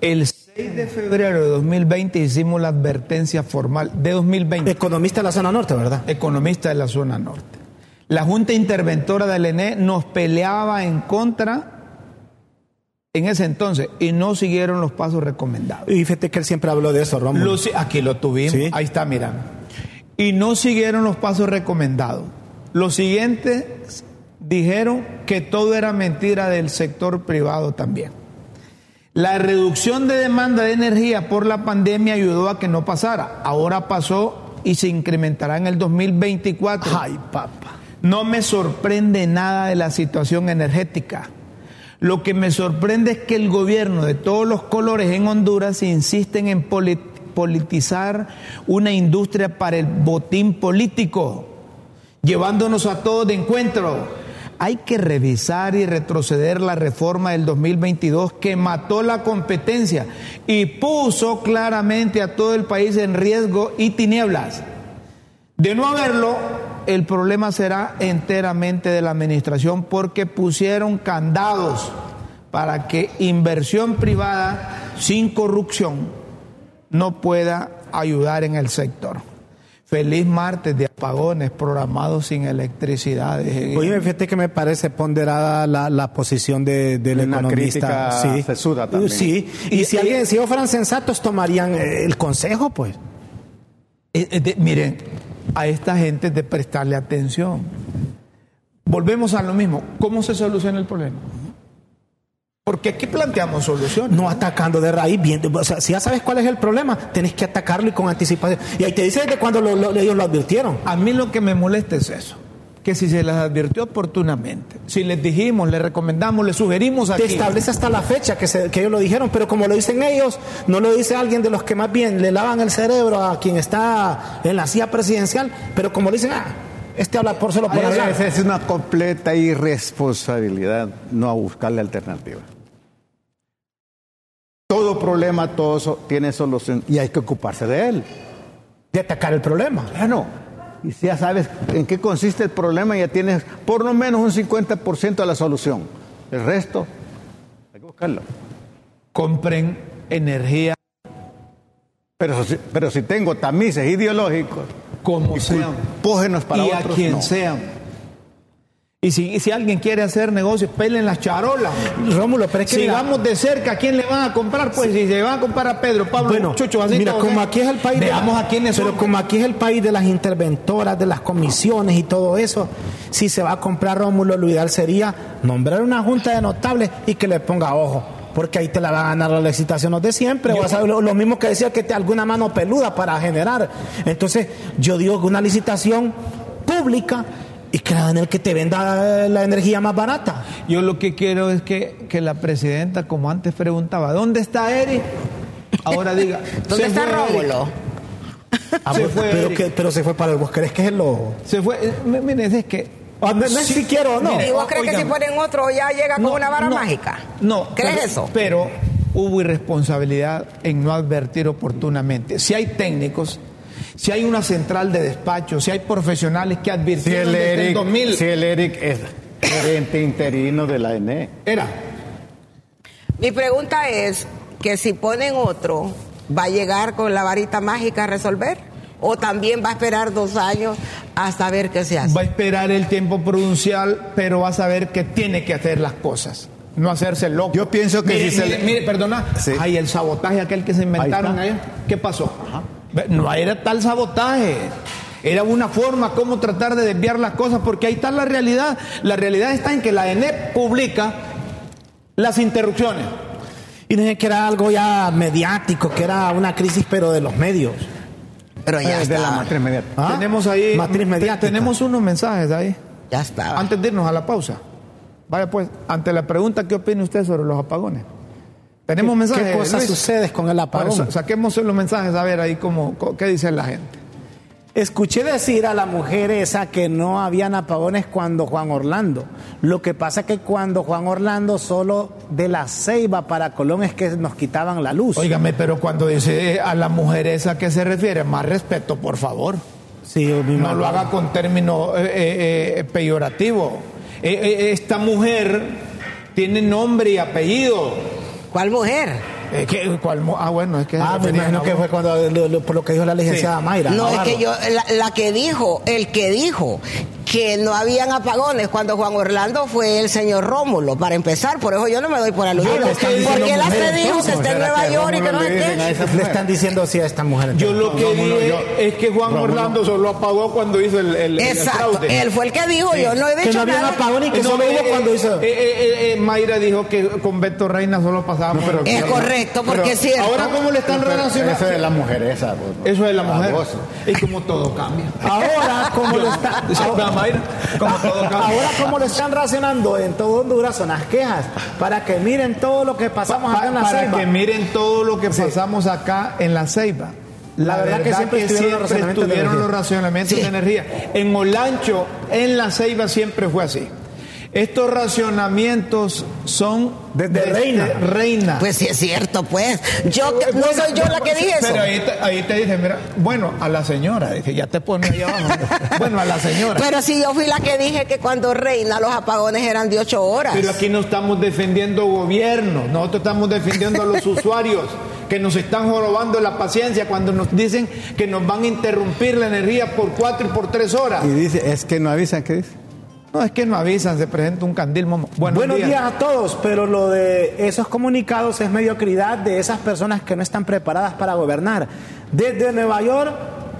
El 6 de febrero de 2020 hicimos la advertencia formal de 2020. Economista de la zona norte, ¿verdad? economista de la zona norte. La Junta Interventora del ENE nos peleaba en contra en ese entonces y no siguieron los pasos recomendados. Y fíjate que él siempre habló de eso, Rómulo. Los- aquí lo tuvimos, Sí. ahí está, mira. Y no siguieron los pasos recomendados. Los siguientes dijeron que todo era mentira del sector privado también. La reducción de demanda de energía por la pandemia ayudó a que no pasara. Ahora pasó y se incrementará en el 2024. Ay, papá. No me sorprende nada de la situación energética. Lo que me sorprende es que el gobierno de todos los colores en Honduras insisten en polit- politizar una industria para el botín político, llevándonos a todos de encuentro. Hay que revisar y retroceder la reforma del 2022 que mató la competencia y puso claramente a todo el país en riesgo y tinieblas. De no haberlo, el problema será enteramente de la administración porque pusieron candados para que inversión privada sin corrupción no pueda ayudar en el sector. Feliz martes de apagones programados sin electricidad. Oye, fíjate que me parece ponderada la, la posición de, del Una economista. crítica sesuda también. Sí, y, Y- si y- alguien, si ellos fueran sensatos, tomarían eh, el consejo, pues. Eh, eh, de- miren, a esta gente de prestarle atención. Volvemos a lo mismo. ¿Cómo se soluciona el problema? Porque aquí planteamos soluciones. No atacando de raíz, viendo, o sea, si ya sabes cuál es el problema, tenés que atacarlo y con anticipación. Y ahí te dice desde cuando lo- lo- ellos lo advirtieron. A mí lo que me molesta es eso. Que si se les advirtió oportunamente, si les dijimos, les recomendamos, les sugerimos Te aquí. establece hasta la fecha que, se- que ellos lo dijeron, pero como lo dicen ellos, no lo dice alguien de los que más bien le lavan el cerebro a quien está en la silla presidencial, pero como dicen, ah, este habla por solo por Esa hablar. es una completa irresponsabilidad no a buscarle alternativa. Todo problema, todo so- tiene solución y hay que ocuparse de él. de atacar el problema. Claro. Y si ya sabes en qué consiste el problema, ya tienes por lo menos un 50% de la solución. El resto, hay que buscarlo. Compren energía Pero, si- pero si tengo tamices ideológicos, como sean. culpógenos para y a otros, quien no. sean. Y si, si alguien quiere hacer negocios, pelen las charolas. Rómulo, pero es que si mira, vamos de cerca, ¿a quién le van a comprar? Pues si se van a comprar a Pedro, Pablo, bueno, Chucho, así ¿eh? mira, como aquí es el país, de Veamos la- a quiénes pero son. como aquí es el país de las interventoras, de las comisiones y todo eso, si se va a comprar Rómulo, lo ideal sería nombrar una junta de notables y que le ponga ojo. Porque ahí te la van a ganar las licitaciones de siempre. o vas a- lo, lo mismo que decía que te alguna mano peluda para generar. Entonces, yo digo que una licitación pública y que la den el que te venda eh, la energía más barata. Yo lo que quiero es que, que la presidenta, como antes preguntaba, ¿dónde está Eric? Ahora diga, ¿Dónde "Se está fue Eric". Rómulo? Ah, Se vos- fue pero, Eric. que- pero se fue para el bosque. ¿Crees que es el ojo? Se fue. eh, m- Mire, es que. Ah, no- no es si quiero o no. Mire, ¿Y vos o- crees que si oigan, ponen otro ya llega con no, una vara no, mágica? No. ¿Crees pero- eso? Pero hubo irresponsabilidad en no advertir oportunamente. Si hay técnicos. Si hay una central de despacho, si hay profesionales que Si advirtieron el desde el Eric, 2000, si el Eric es gerente interino de la ENE. era Mi pregunta es que si ponen otro, ¿va a llegar con la varita mágica a resolver? ¿O también va a esperar dos años hasta ver qué se hace? va a esperar el tiempo prudencial, pero va a saber que tiene que hacer las cosas, no hacerse loco. Yo pienso que mire, si se mire, le- mire, perdona, Sí. ay, el sabotaje aquel que se inventaron Ahí ahí, ¿qué pasó? Ve, No era tal sabotaje. Era una forma como tratar de desviar las cosas, porque ahí está la realidad. La realidad está en que la ENEP publica las interrupciones. Y dije que era algo ya mediático, que era una crisis, pero de los medios. Pero ya Eh, de la está. matriz media. ¿Ah? Tenemos ahí. Matriz mediática. Tenemos unos mensajes ahí. Ya está. Antes de irnos a la pausa, vaya pues, ante la pregunta, ¿qué opina usted sobre los apagones? Tenemos mensajes. ¿Qué cosas Luis? suceden con el apagón? Bueno, sa- saquemos los mensajes a ver ahí cómo, co- qué dice la gente. Escuché decir a la mujer esa que no habían apagones cuando Juan Orlando. Lo que pasa que cuando Juan Orlando solo de la ceiba para Colón es que nos quitaban la luz. Óigame, pero cuando dice eh, a la mujer esa que se refiere, más respeto, por favor. Sí, mi No mamá. lo haga con término eh, eh, eh, peyorativo. Eh, eh, esta mujer tiene nombre y apellido. ¿Cuál mujer? Eh, ¿qué- cuál mo- ah, bueno, es que. Ah, me imagino que fue cuando, lo- lo- por lo que dijo la licenciada Sí. Mayra. No, es Navarro. que yo, la, la que dijo, el que dijo que no habían apagones cuando Juan Orlando fue el señor Rómulo, para empezar, por eso yo no me doy por aludido. Yo le estoy diciendo Porque él mujer, hasta dijo que entonces, está en ¿será Nueva que York y que no Rómulo sé le dicen a qué. esa Le mujer? están diciendo así a esta mujer. Yo lo que Rómulo, dije yo- es que Juan Rómulo. Orlando solo apagó cuando hizo el, el- el Exacto, fraude. él fue el que dijo, yo no he Que no dicho habían nada. apagones y que No, solo eh, hubo eh, cuando hizo... eh, eh, eh, Mayra dijo que con Beto Reina solo pasábamos. No, pero- Es Pero- correcto, porque pero es cierto. Ahora, ¿cómo le están Pero relacionando? Eso es la mujer esa. pues, ¿no? Eso es la mujer. Baboso. Y como todo cambia. Ahora, como lo está... Dice, "Va, Mayra, como todo cambia. Ahora como lo están racionando en todo Honduras son las quejas para que miren todo lo que Pa- pasamos pa- acá en la para ceiba. que miren todo lo que pasamos acá en la ceiba. La, verdad, que siempre estuvieron, los, racionamientos de energía. de energía. En Olancho, en la ceiba siempre fue así. Estos racionamientos son este Desde Reina. Reina. Pues sí es cierto, pues. Yo que- no Bueno, soy yo la que dije eso. Pero ahí te, ahí te dicen, mira, bueno, a la señora, dije, ya te pone ahí abajo. bueno, a la señora. Pero sí yo fui la que dije que cuando reina los apagones eran de ocho horas. Pero aquí no estamos defendiendo gobierno, nosotros estamos defendiendo a los usuarios que nos están jorobando la paciencia cuando nos dicen que nos van a interrumpir la energía por cuatro y por tres horas. Y dice, es que no avisan, ¿qué dice? No, es que no avisan, se presenta un candil, momo. Buenos, Buenos días. a todos, pero lo de esos comunicados es mediocridad de esas personas que no están preparadas para gobernar. Desde Nueva York,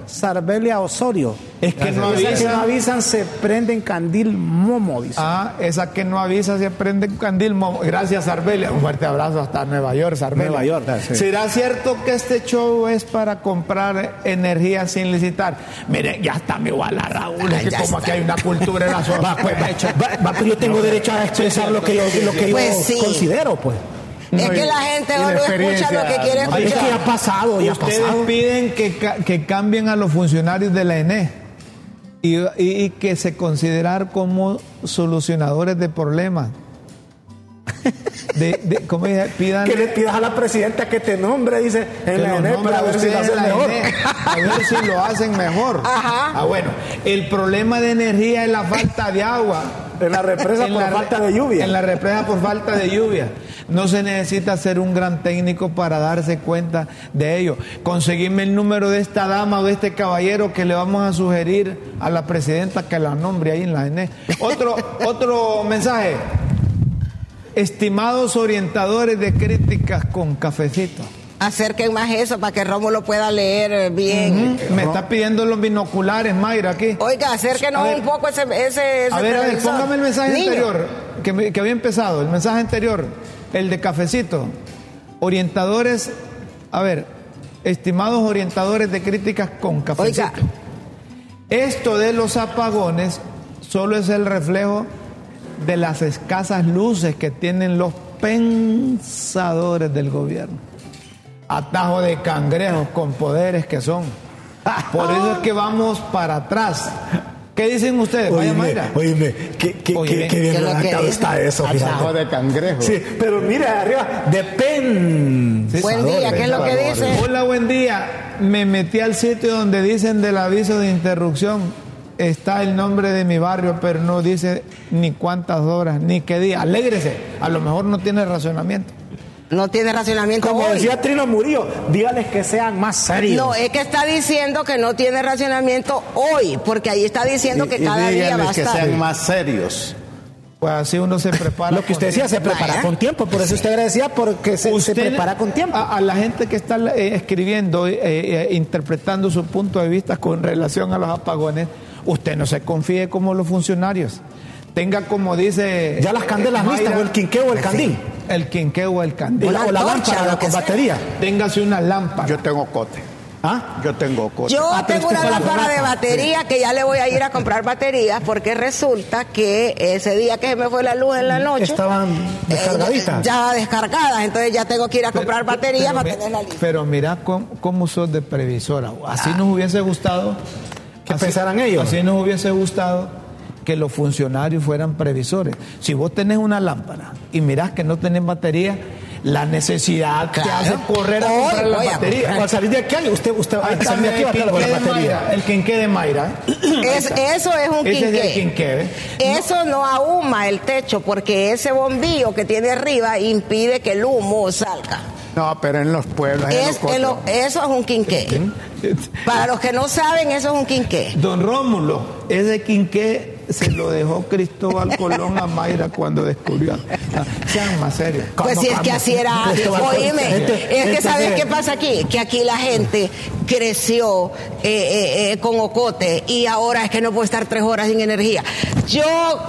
Sarbelia Osorio. Es que no Esas que no avisan. avisan se prenden candil momo, dice. Ah, esa que no avisa se prende un candil. momo. Gracias, Arbelia. Un fuerte abrazo hasta Nueva York, Arbelia. Nueva York, ah, sí. ¿Será cierto que este show es para comprar energía sin licitar? Mire, ya está mi igual a Raúl. Es que ya como está. aquí hay una cultura en la zona. Ah, Pues, Va- va, pero yo tengo derecho a expresar lo que yo, lo que yo Pues sí. considero, pues. es que la gente y no la escucha lo que experiencia, quiere ¿no? Es escuchar. que ya ha pasado, ya ha Ustedes pasado. piden que, ca- que cambien a los funcionarios de la ENE y, y- y que se considerar como solucionadores de problemas. De, de- ¿Cómo dije? Pidan Que le pidas a la presidenta que te nombre, dice, en Que la los ENE nombres para ver si ustedes lo en hacen la E mejor. ENE, A ver si lo hacen mejor. Ajá. Ah, bueno. El problema de energía es la falta de agua. En la represa En por la re- falta de lluvia. En la represa por falta de lluvia. No se necesita ser un gran técnico para darse cuenta de ello. Conseguirme el número de esta dama o de este caballero que le vamos a sugerir a la presidenta que la nombre ahí en la ENE. Otro, otro mensaje. Estimados orientadores de críticas con cafecito. Acerquen más eso para que Rómulo pueda leer eh, bien. Me está pidiendo los binoculares, Mayra, aquí. Oiga, acérquenos A ver. un poco ese, ese, ese A ver, a ver, televisor. póngame el mensaje Niño, anterior, que, me- que había empezado, el mensaje anterior, el de cafecito. Orientadores, a ver, estimados orientadores de críticas con cafecito. Oiga. Esto de los apagones solo es el reflejo de las escasas luces que tienen los pensadores del gobierno. Atajo de cangrejos con poderes que son. Por eso es que vamos para atrás. ¿Qué dicen ustedes? Vaya Oíme, Mayra. oíme, qué, qué- Oye, qué- qué bien ¿qué es lo que redactado dice? está eso, Ah, Atajo fíjate. de cangrejo. Sí, pero mira arriba, depende. Buen día, ¿qué es lo que dice? Hola, buen día. Me metí al sitio donde dicen del aviso de interrupción. Está el nombre de mi barrio, pero no dice ni cuántas horas, ni qué día. Alégrese. A lo mejor no tiene razonamiento. No tiene racionamiento Como hoy. decía Trino Murillo, dígales que sean más serios. No, es que está diciendo que no tiene racionamiento hoy, porque ahí está diciendo que Y- y cada día díganles va a que estar. sean más serios. Pues así uno se prepara. Lo que usted con decía, tiempo. se prepara Vaya. con tiempo. Por eso usted agradecía porque se, se Usted- Ah, prepara con tiempo. A, a la gente que está eh, escribiendo, eh, eh, interpretando su punto de vista con relación a los apagones, usted no se confíe como los funcionarios. Tenga como dice. ya las candelas eh, listas, Mayra, o el quinqueo o el candil. El quinqueo o el candil. O la, o la La lámpara antorcha, la lo que con sea. batería. Téngase una lámpara. Yo tengo cote. ¿Ah? Yo tengo cote. Yo Ah, pero tengo es que una fue la lámpara de fogata. batería que ya le voy a ir a comprar baterías porque resulta que ese día que se me fue la luz en la noche Estaban eh, descargaditas. ya descargadas, entonces ya tengo que ir a comprar baterías para mi- tener la lista. pero mira cómo, cómo sos de previsora. Así nos hubiese gustado. ¿Qué así- pensaran ellos? Así nos hubiese gustado que los funcionarios fueran previsores. Si vos tenés una lámpara y mirás que no tenés batería, la necesidad te Claro. hace correr a Hoy comprar la voy a batería. Al salir de aquí, usted, usted Ahí al está, salir de mira, aquí va a el estar con quinqué la de batería. Mayra. El quinqué de Mayra. Es- eso es un Ese es el quinqué. quinqué. ¿eh? Eso no ahuma el techo porque ese bombillo que tiene arriba impide que el humo salga. No, pero en los pueblos. en los Es- cotos. en lo- eso es un quinqué. Este, Para los que no saben, eso es un quinqué. Don Rómulo, ese quinqué se lo dejó Cristóbal Colón a Mayra cuando descubrió. Ah, Sean más serios. Pues si es que así era antes. Esto va a- Oíme, Este- es que este ¿sabes es- qué pasa aquí? Que aquí la gente creció eh, eh, eh, con ocote y ahora es que no puedo estar tres horas sin energía. Yo,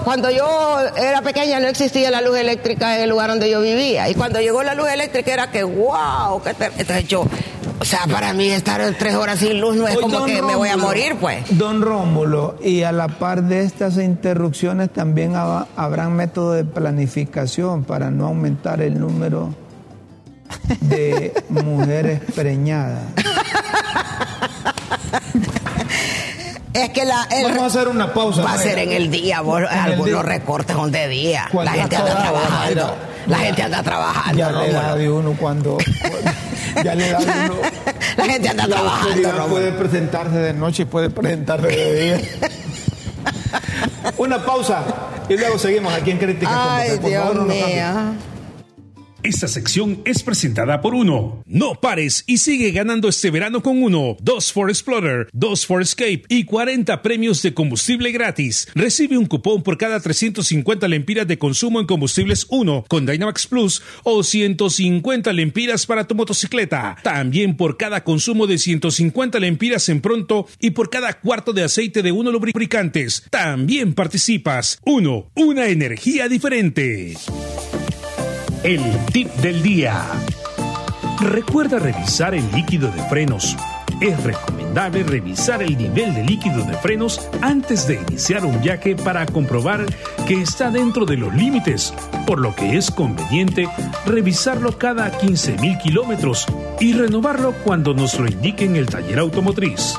cuando yo era pequeña no existía la luz eléctrica en el lugar donde yo vivía. Y cuando llegó la luz eléctrica era que, wow, qué ter-". entonces yo, o sea, para mí estar tres horas sin luz no es Hoy, pues, como don que me voy a Rómulo, morir, pues. Don Rómulo, y a la par de estas interrupciones también haba- habrán métodos de planificación para no aumentar el número de mujeres preñadas. Es que la, el- Vamos a hacer una pausa. Va a Mayra. ser en el día, vos, el algunos día. recortes son de día. Cuando la gente anda toda hora, trabajando. mira. la gente anda trabajando. Ya le Rómulo. da de uno cuando... Ya le da de uno... la gente anda La trabajando. autoridad Rómulo. puede presentarse de noche y puede presentarse de día. Una pausa y luego seguimos aquí en Crítica. con Ay, Voces. Por favor, Dios no nos cambien. mío. Esta sección es presentada por Uno. No pares y sigue ganando este verano con Uno, 2 for Explorer, 2 for Escape y 40 premios de combustible gratis. Recibe un cupón por cada 350 lempiras de consumo en combustibles Uno con Dynamax Plus o 150 lempiras para tu motocicleta. También por cada consumo de 150 lempiras en pronto y por cada cuarto de aceite de Uno lubricantes. También participas. Uno, una energía diferente. El tip del día. Recuerda revisar el líquido de frenos. Es recomendable revisar el nivel de líquido de frenos antes de iniciar un viaje para comprobar que está dentro de los límites, por lo que es conveniente revisarlo cada 15.000 kilómetros y renovarlo cuando nos lo indiquen el taller automotriz.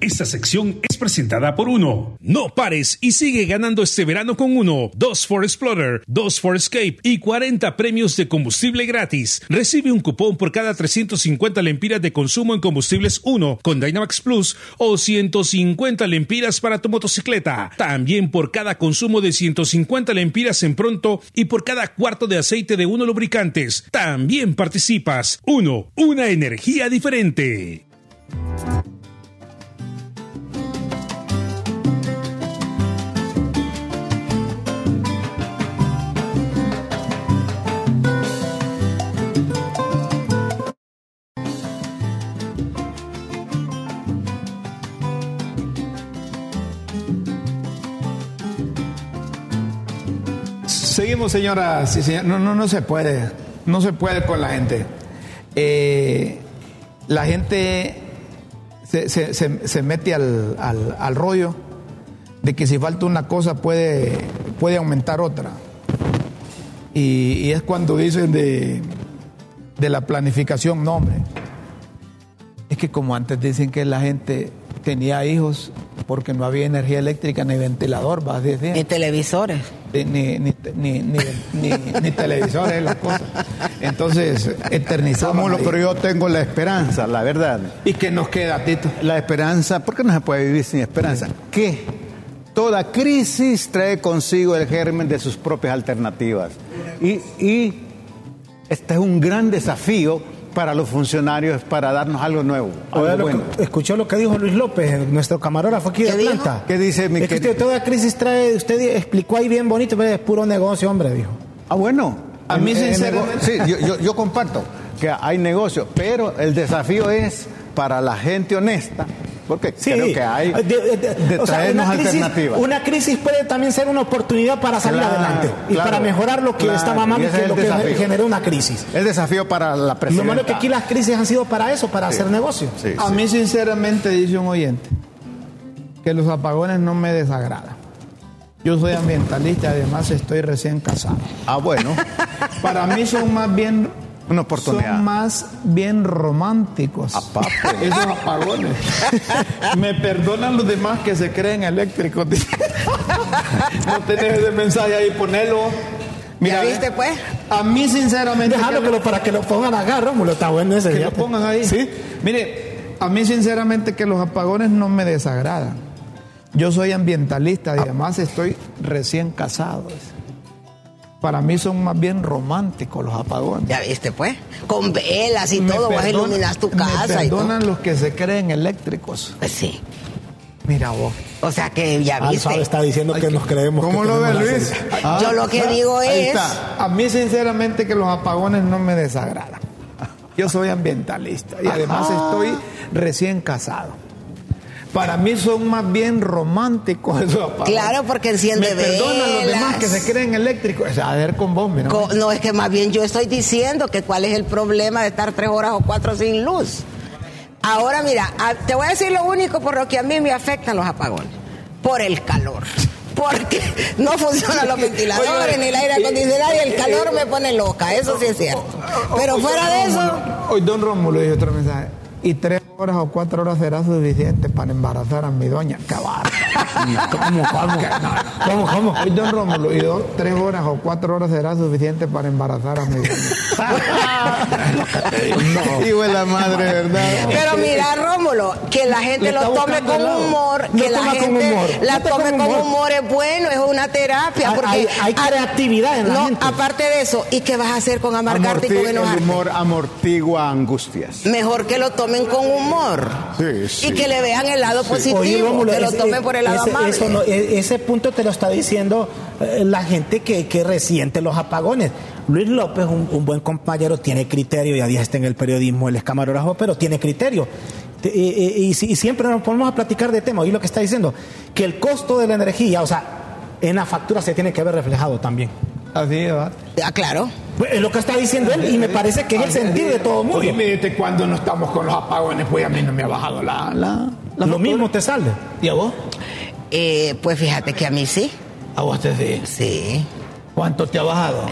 Esta sección es presentada por Uno. No pares y sigue ganando este verano con Uno, 2 for Explorer, 2 for Escape y 40 premios de combustible gratis. Recibe un cupón por cada 350 lempiras de consumo en combustibles Uno con Dynamax Plus o 150 lempiras para tu motocicleta. También por cada consumo de 150 lempiras en pronto y por cada cuarto de aceite de Uno lubricantes. También participas. Uno, una energía diferente. Seguimos, señoras y señores. No, no, no se puede. No se puede con la gente. Eh, la gente se, se- se- se mete al, al- al rollo de que si falta una cosa puede, puede aumentar otra. Y, y es cuando dicen de, de la planificación, no, hombre. Es que como antes dicen que la gente tenía hijos porque no había energía eléctrica ni ventilador, vas a decir Ni televisores. ni, ni, ni, ni, ni, ni televisores, las cosas. Entonces, eternizamos. Vámonos, ahí. pero yo tengo la esperanza, la verdad. ¿Y qué nos queda, Tito? La esperanza, ¿por qué no se puede vivir sin esperanza? Que toda crisis trae consigo el germen de sus propias alternativas. Y, y este es un gran desafío para los funcionarios para darnos algo nuevo. Oiga Algo lo bueno. que- escuchó lo que dijo Luis López, nuestro camarógrafo aquí de ¿Qué dijo? planta. ¿Qué dice mi Es que querido? usted toda crisis trae, usted explicó ahí bien bonito, pero es puro negocio, hombre, dijo. Ah, bueno. A mí, sinceramente- Sí, yo, yo- yo comparto que hay negocio, pero el desafío es para la gente honesta, porque creo que hay De- de, de- o sea, traernos una crisis, alternativas. Una crisis puede también ser una oportunidad para salir Claro, adelante y claro, para mejorar lo que claro, está mamando y y ese que es lo el que desafío. generó una crisis. El desafío para la Lo presidencia. malo es que aquí las crisis han sido para eso, para hacer negocio. Sí, A sí. mí, sinceramente, dice un oyente, que los apagones no me desagradan. Yo soy ambientalista, además estoy recién casado. Ah, bueno, Para mí son más bien... Una oportunidad. Son más bien románticos. Aparte. Esos apagones. Me perdonan los demás que se creen eléctricos. dice. no tenés ese mensaje ahí, ponelo. ¿Ya ve, viste, pues? A mí, sinceramente... Déjalo que lo- para que lo pongan acá, Rómulo, está bueno ese. Que lo fíjate. pongan ahí. Sí. Mire, a mí sinceramente que los apagones no me desagradan. Yo soy ambientalista y además estoy recién casado. dice. Para mí son más bien románticos los apagones. Ya viste, pues. Con velas y Me todo, vos perdonan- iluminas tu me casa y todo. perdonan los que se creen eléctricos. Pues sí. Mira vos. O sea que ya Al viste. suave está diciendo que nos creemos. ¿Cómo que lo tenemos ve la Luis? solución. Ah, Yo lo que digo ahí es. está. A mí sinceramente que los apagones no me desagradan. Yo soy ambientalista y además estoy recién casado. Para mí son más bien románticos esos apagones. Claro, porque enciende Me perdonan los demás que velas. se creen eléctricos. O sea, a ver con vos, mira. Co- No, es que más bien yo estoy diciendo que cuál es el problema de estar tres horas o cuatro sin luz. Ahora mira, a- te voy a decir lo único por lo que a mí me afectan los apagones, por el calor. Porque no funcionan los ventiladores, ni el aire acondicionado y el calor me pone loca, eso sí es cierto. Pero fuera de eso, Hoy Don Rómulo dijo otro mensaje. Y tres horas o cuatro horas será suficiente para embarazar a mi doña. Cabar. ¿Cómo, cómo? ¿Cómo, cómo? Hoy Don Rómulo y dos, tres horas o cuatro horas será suficiente para embarazar a mi doña. Hijo de la madre, ¿verdad? Pero mira, Rómulo, que la gente Le lo está tome buscando con el lado. humor, No que la toma con gente humor, la no toma tome con con humor. humor. es bueno, es una terapia. Hay- Porque hay- hay a- creatividad en la no, gente. aparte de eso, ¿y qué vas a hacer con amargarte y Amorti- con el enojarte? humor amortigua angustias. Mejor que lo tomen con humor. Sí, sí. Y que le vean el lado positivo, Oye, Rómulo, que lo ese- tomen por el lado ese, amable. eso no- e- ese punto te lo está diciendo eh, la gente que, que resiente los apagones. Luis López, un, un buen compañero, tiene criterio, ya día está en el periodismo, él es camarógrafo, pero tiene criterio. Te- Y, y- y si- y siempre nos ponemos a platicar de temas. Y lo que está diciendo, que el costo de la energía, o sea, en la factura se tiene que ver reflejado también. Así va. Ah, claro. Pues, Es lo que está diciendo él Ah, y me parece que es el sentir de todo el mundo. Oíme, ¿desde cuándo no estamos con los apagones? Pues a mí no me ha bajado la... la, la Lo mismo te sale. ¿Y a vos? Eh, pues fíjate que a mí sí. A vos te sí. Sí. ¿Cuánto te ha bajado?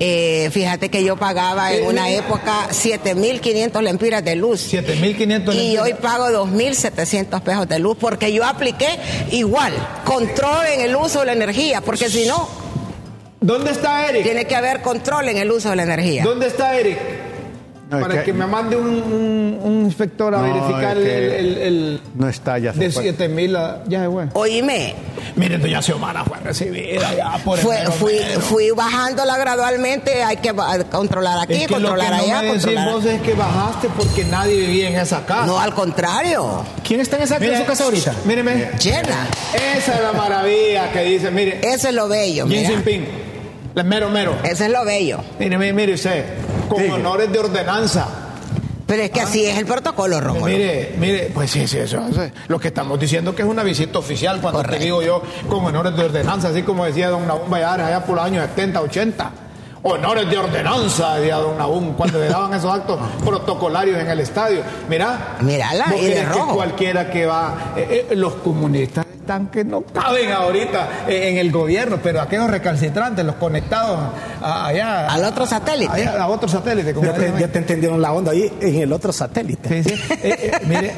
Eh, fíjate que yo pagaba en Eh, una eh. época 7.500 lempiras de luz. 7.500 Y lempiras. hoy pago 2.700 pesos de luz porque yo apliqué igual, control en el uso de la energía, porque si no, ¿Dónde está Eric? tiene que haber control en el uso de la energía. ¿Dónde está Eric? No, es Para que, Ah, que- me mande un, un- un inspector a No, verificar es el, que el- el- no está, ya se De fue. 7000 a- ya se fue. Oíme, Miren, doña Xiomara fue recibida ya por el fue- mero fui, mero. fui bajándola gradualmente, hay que ba- controlar aquí, Es que lo que controlar allá, ah, no me decís controlar- vos es que bajaste porque nadie vivía en esa casa. No, al contrario, ¿Quién está en esa en su casa ahorita? Míreme. llena. Esa es la maravilla que dice, mire, Eso es lo bello. Jin mira. Jinping, la mero mero. Eso es lo bello. Mire, mire, mire usted, con Sigue. honores de ordenanza. Pero es Ah. que así es el protocolo, rojo. Mire, mire, pues sí, sí, eso, eso es lo que estamos diciendo que es una visita oficial cuando te digo yo con honores de ordenanza, así como decía don Nahum Valladares allá por los años 70, 80. Honores de ordenanza, decía don Nahum, cuando le daban esos actos protocolarios en el estadio. Mirá, Mírala, vos Ah, y de crees que rojo. cualquiera que va, eh, eh, los comunistas están que no caben ahorita eh, en el gobierno, pero aquellos recalcitrantes, los conectados a- allá, Al otro satélite. allá, a otro satélite, como Ya te, dicen. ya te entendieron la onda ahí en el otro satélite. Sí, sí. Eh, eh, mire,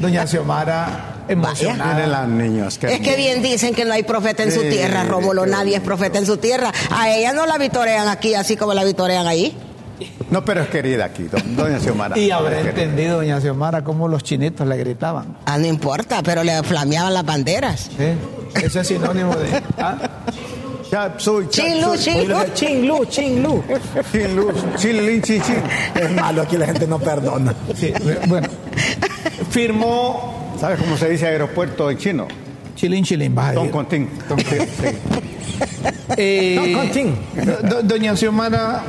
doña Xiomara emocionada. Miren las niños. qué Es que hermoso. bien dicen que no hay profeta en su Sí, tierra, Rómulo. qué Nadie es profeta en su tierra. A ella no la vitorean aquí, así como la vitorean ahí. No, pero es querida aquí, do- doña Xiomara. Y habrá Es querida. entendido, doña Xiomara, cómo los chinitos le gritaban. Ah, no importa, pero le flameaban las banderas. ¿sí? Eso es sinónimo de. ¿ah? Ya, soy ya, Chilu, soy- chilu. Chinglu, chinglu. Chin, luz, chin, lin, chin, chin. Es malo, aquí la gente no perdona. Sí, bueno. Firmó ¿Sabes cómo se dice aeropuerto en chino? Chilín Chilín, vas a Don decir. Contín. Eh, Don Contín. do- doña Xiomara,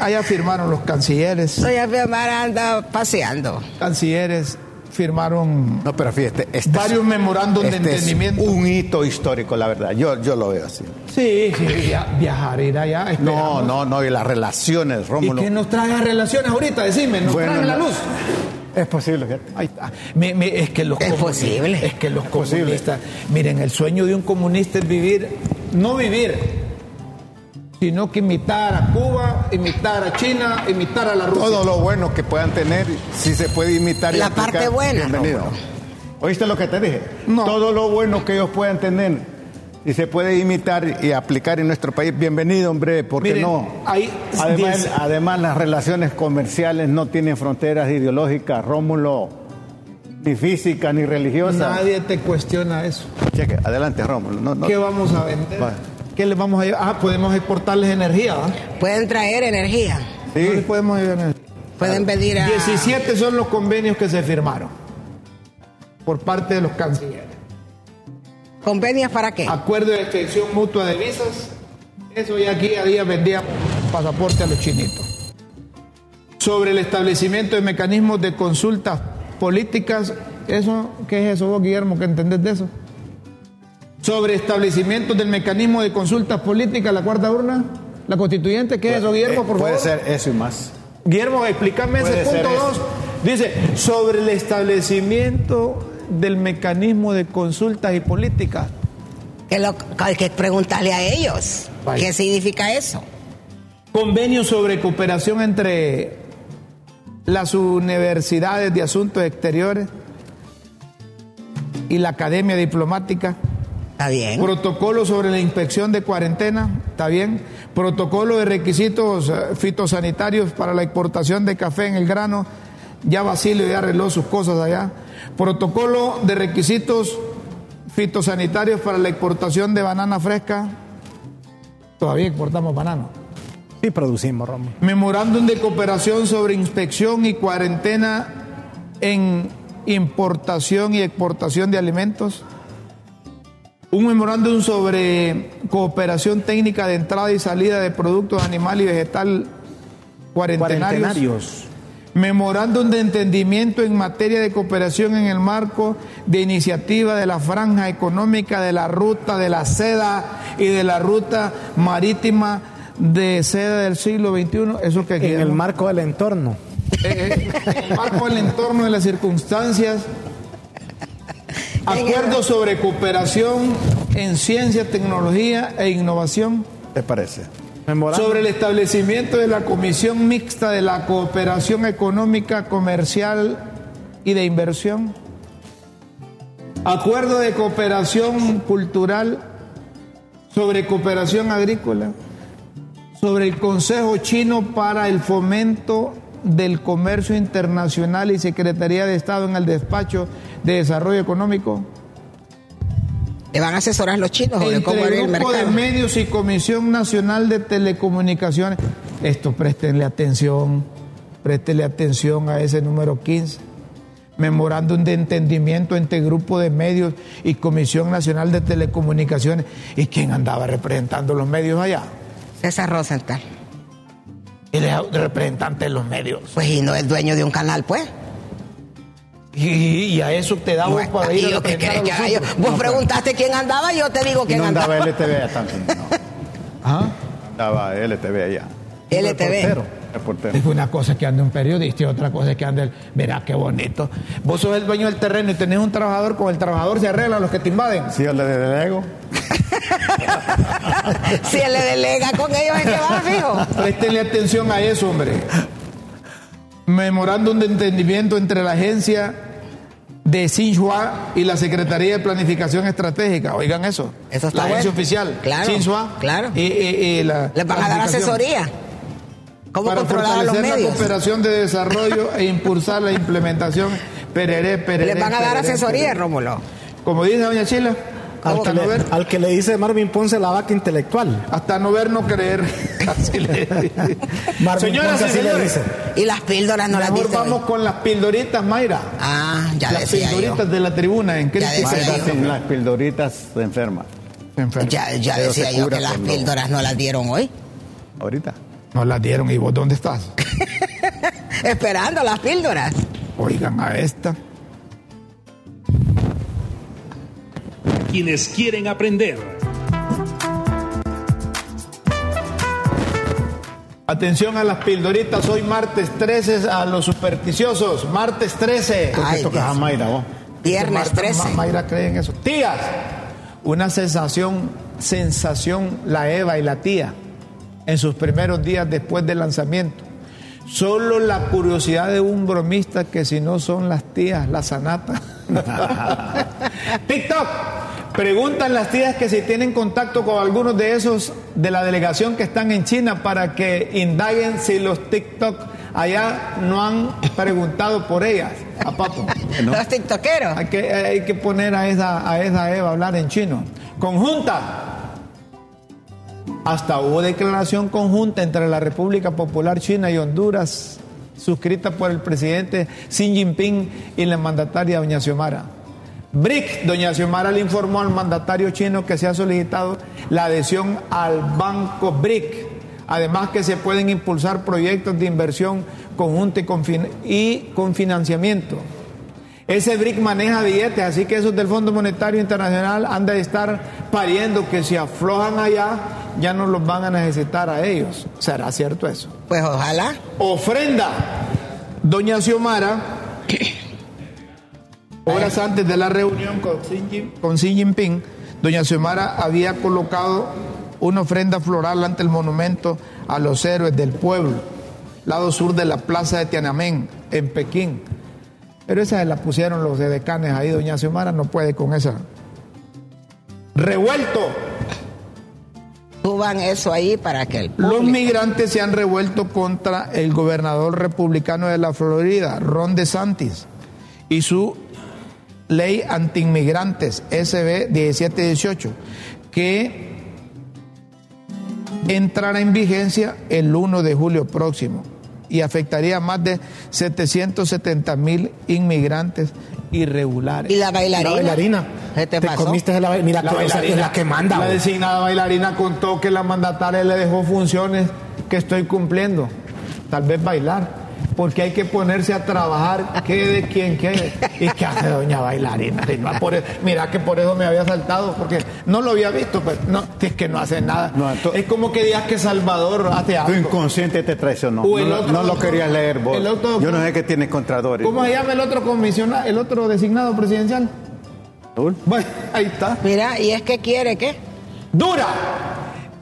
allá firmaron los cancilleres. Doña Fiamara anda paseando. Cancilleres firmaron No, pero fíjate, este es- varios memorándum de este es entendimiento. un hito histórico, la verdad. Yo, yo lo veo así. Sí, sí, via- viajar, ir allá. No, esperamos. no, no, y las relaciones, ¿Y Rómulo. qué nos traen las relaciones ahorita? Decime, nos Bueno, traen la no. luz. Es posible, fíjate. Ahí está. Me- me- es que los Es comuni- posible. Es que los comunistas. Miren, el sueño de un comunista es vivir, no vivir, sino que imitar a Cuba, imitar a China, imitar a la Rusia. Todo lo bueno que puedan tener, si se puede imitar y La aplicar, parte buena, Bienvenido. ¿Oíste lo que te dije? No. Todo lo bueno que ellos puedan tener, si se puede imitar y aplicar en nuestro país, bienvenido, hombre, porque Miren, no. ahí- además, dice- además, las relaciones comerciales no tienen fronteras ideológicas, Rómulo, ni física, ni religiosa. Nadie te cuestiona eso. Cheque, adelante, Rómulo. No, no. ¿Qué vamos a vender? Va. ¿Qué les vamos a llevar? Ah, podemos exportarles energía. ¿va? Pueden traer energía. Sí. No les podemos llevar energía. Pueden pedir a. 17 son los convenios que se firmaron por parte de los cancilleres. ¿Convenios para qué? Acuerdo de extensión mutua de visas. Eso ya aquí a día vendía pasaporte a los chinitos. Sobre el establecimiento de mecanismos de consultas políticas. ¿Eso qué es eso vos, Guillermo, que entendés de eso? Sobre establecimiento del mecanismo de consultas políticas, la cuarta urna, la constituyente, ¿qué es eso, Guillermo, Eh, por puede favor? ser eso y más. Guillermo, explícame ese Puede ser punto eso. 2. Dice, sobre el establecimiento del mecanismo de consultas y políticas. Que lo- hay que preguntarle a ellos. Vaya. ¿Qué significa eso? Convenio sobre cooperación entre las universidades de asuntos exteriores y la academia diplomática. Está bien. Protocolo sobre la inspección de cuarentena, está bien. Protocolo de requisitos eh, fitosanitarios para la exportación de café en el grano. Ya Basilio ya arregló sus cosas allá. Protocolo de requisitos fitosanitarios para la exportación de banana fresca. Todavía exportamos banano. Sí, producimos, Romo. Memorándum de cooperación sobre inspección y cuarentena en importación y exportación de alimentos. Un memorándum sobre cooperación técnica de entrada y salida de productos animal y vegetal cuarentenarios. Cuarentenarios. Memorándum de entendimiento en materia de cooperación en el marco de iniciativa de la franja económica de la ruta de la seda y de la ruta marítima de seda del siglo XXI. Eso que En el marco del entorno. eh, eh, en el marco del entorno de las circunstancias. Acuerdo sobre cooperación en ciencia, tecnología e innovación. ¿Te parece? Memorando. sobre el establecimiento de la Comisión Mixta de la Cooperación Económica, Comercial y de Inversión. Acuerdo de cooperación cultural sobre cooperación agrícola, sobre el Consejo Chino para el Fomento del Comercio Internacional y Secretaría de Estado en el Despacho de Desarrollo Económico. ¿Te van a asesorar los chinos sobre Entre cómo abrir el Grupo de mercado? Medios y Comisión Nacional de Telecomunicaciones. Esto, préstenle atención, préstenle atención a ese número 15. Memorándum de entendimiento entre Grupo de Medios y Comisión Nacional de Telecomunicaciones. ¿Y quién andaba representando los medios allá? César Rosenthal. El representante de los medios. Pues y no es dueño de un canal, pues. Y, y a eso te damos No está. para ¿Y ir a yo qué representar querés que a pues. haga los yo? otros. Vos preguntaste quién andaba, yo te digo quién No andaba. andaba LTV allá tanto. No. Ajá. Andaba LTV allá. LTV. Reportero. Es una cosa es que ande un periodista y otra cosa es que ande el. Verá qué bonito. Vos sos el dueño del terreno y tenés un trabajador, con el trabajador se arreglan los que te invaden. Sí, yo le delego. Si él le delega con ellos, es que va fijo. Prestenle atención a eso, hombre. Memorándum de entendimiento entre la agencia de Xinhua y la Secretaría de Planificación Estratégica. Oigan eso. Eso está la agencia bueno. oficial. Claro, Xinhua. claro. Y, y- y la Les van a dar planificación. asesoría. ¿Cómo para controlar a los fortalecer la medios? cooperación de desarrollo e impulsar la implementación. Pereré, pereré, Les van a dar pereré, asesoría, pereré. Rómulo. Como dice doña Chila, Al hasta que, no le, ver, al que le dice Marvin Ponce la vaca intelectual. hasta no ver no creer. Así le Marvin Señoras Ponce y así le señores, dice. Y las píldoras no las mejor dicen. vamos con las pildoritas, Mayra. Ah, ya las decía yo. pildoritas de la tribuna en Cristo. decía Mayra yo. se Sin enferma. las pildoritas se enferma. Se enferma. Ya, ya Pero decía se yo cura que las cuando- píldoras no las dieron hoy. Ahorita. No las dieron. ¿Y vos dónde estás? Esperando las píldoras. Oigan a esta. Quienes quieren aprender. Atención a las pildoritas. Hoy martes 13 a los supersticiosos. Martes 13. Ay, Esto que Dios. a Ah, Mayra, vos. Viernes Marta, 13. Ma- Mayra cree en eso. Tías, una sensación, sensación la Eva y la tía en sus primeros días después del lanzamiento. Solo la curiosidad de un bromista que si no son las tías, la sanata. TikTok. Preguntan las tías que si tienen contacto con algunos de esos de la delegación que están en China para que indaguen si los TikTok allá no han preguntado por ellas. A Papo. Los tiktokeros. Hay que, hay que poner a esa, a esa Eva a hablar en chino. Conjunta. Hasta hubo declaración conjunta entre la República Popular China y Honduras, suscrita por el presidente Xi Jinping y la mandataria Doña Xiomara. BRIC, Doña Xiomara le informó al mandatario chino que se ha solicitado la adhesión al Banco BRIC. Además que se pueden impulsar proyectos de inversión conjunta y con fin- y con financiamiento. Ese BRIC maneja billetes, así que esos del Fondo Monetario Internacional han de estar pariendo que si aflojan allá, ya no los van a necesitar a ellos. ¿Será cierto eso? Pues ojalá. Ofrenda. Doña Xiomara, horas antes de la reunión con Xi, Jin- con Xi Jinping, Doña Xiomara había colocado una ofrenda floral ante el monumento a los héroes del pueblo, lado sur de la plaza de Tiananmen, en Pekín. Pero esa se la pusieron los de decanes ahí, Doña Xiomara no puede con esa. Revuelto. Suban eso ahí para que el Los público- migrantes se han revuelto contra el gobernador republicano de la Florida, Ron DeSantis, y su ley antiinmigrantes, SB 1718, que entrará en vigencia el 1 de julio próximo y afectaría a más de 770 mil inmigrantes irregulares. ¿Y la bailarina? La bailarina. ¿Qué te pasó? comiste de la bailarina. Mira, que, o sea, es la que manda. La vos. designada bailarina contó que la mandataria le dejó funciones que estoy cumpliendo. Tal vez bailar. Porque hay que ponerse a trabajar, quede quien quede. ¿Y qué hace doña bailarina? Si no, por eso- mira que por eso me había saltado, porque no lo había visto, pues no, es que no hace nada. No, tú- es como que digas que Salvador hace Tu algo. inconsciente te traicionó. O el no, lo- otro no lo doctor- querías leer vos. el otro Yo no doctor- sé qué tiene contradores. ¿Cómo se llama el otro comisionado, el otro designado presidencial? Raúl. Bueno, ahí está. Mira, ¿y es que quiere qué? dura.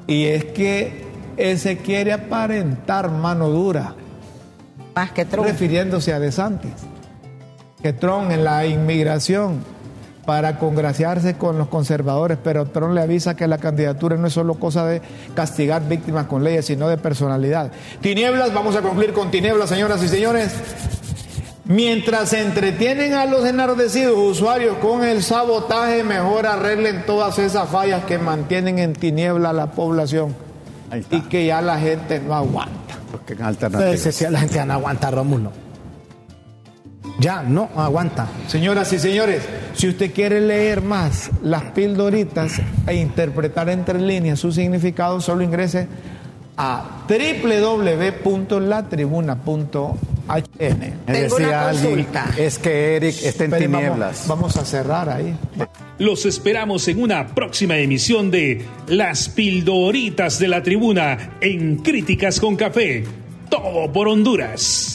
Y es que Ese quiere aparentar mano dura. Más que Trump. Refiriéndose a DeSantis. Que Trump en la inmigración para congraciarse con los conservadores, pero Trump le avisa que la candidatura no es solo cosa de castigar víctimas con leyes, sino de personalidad. Tinieblas, vamos a concluir con tinieblas, señoras y señores. Mientras entretienen a los enardecidos usuarios con el sabotaje, mejor arreglen todas esas fallas que mantienen en tiniebla a la población Ahí está. y que ya la gente no aguanta. Porque en Entonces, alternativa. sí, la gente ya no aguanta, Rómulo. Ya no aguanta. Señoras y señores, si usted quiere leer más las pildoritas e interpretar entre líneas su significado, solo ingrese a www.latribuna.hn. Tengo una consulta. es que Eric está en Espere, tinieblas. Vamos, vamos a cerrar ahí. Los esperamos en una próxima emisión de Las Pildoritas de la Tribuna en Críticas con Café. Todo por Honduras.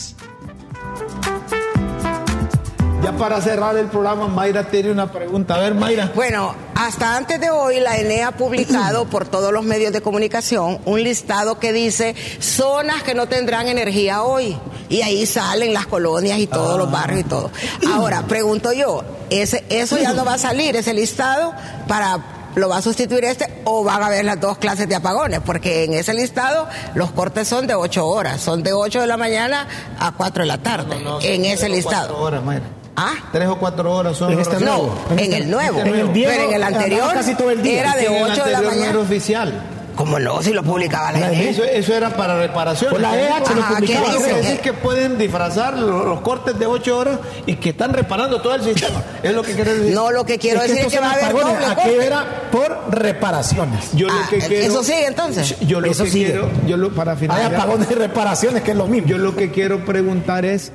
Ya para cerrar el programa, Mayra tiene una pregunta. A ver, Mayra. Bueno, hasta antes de hoy la ENE ha publicado por todos los medios de comunicación un listado que dice zonas que no tendrán energía hoy. Y ahí salen las colonias y todos los barrios y todo. Ahora, pregunto yo, ¿ese, ¿eso ya no va a salir, ese listado, para lo va a sustituir este o van a haber las dos clases de apagones? Porque en ese listado los cortes son de 8 horas, son de 8 de la mañana a 4 de la tarde, en ese Tres o listado. cuatro horas, Mayra. ¿Ah? Tres o cuatro horas son. En este horas- No, en el nuevo. En el viejo, pero en el anterior andaba casi todo el día. era de En el 8 de la anterior no era mañana. oficial. ¿Cómo no? Si lo publicaba la gente. Eso, eso era para reparaciones. Por la EH lo Ajá, publicaba. Quiere ¿qué dice? decir que pueden disfrazar lo- los cortes de 8 horas y que están reparando todo el sistema. Es lo que quiere decir. No, lo que quiero Es que decir es estos son que va a haber apagones. doble Aquello corte. era por reparaciones. yo lo Ah, que eso quiero, sí, entonces. Yo lo Eso que sigue. quiero, yo lo, para Hay finalizar, apagones y reparaciones, que es lo mismo. yo lo que quiero preguntar es,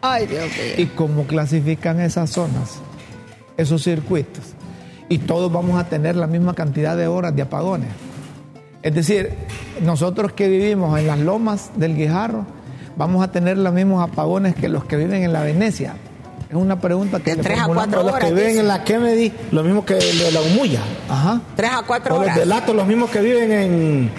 Ay, Dios mío. ¿y cómo clasifican esas zonas, esos circuitos? Y todos vamos a tener la misma cantidad de horas de apagones. Es decir, nosotros que vivimos en las lomas del Guijarro, vamos a tener los mismos apagones que los que viven en la Venecia. Es una pregunta que De le tres a formulamos cuatro los que horas, viven Viven en la Kennedy, lo mismo que el de la Humuya. Ajá. Tres a cuatro O los horas. de Lato, los mismos que viven en.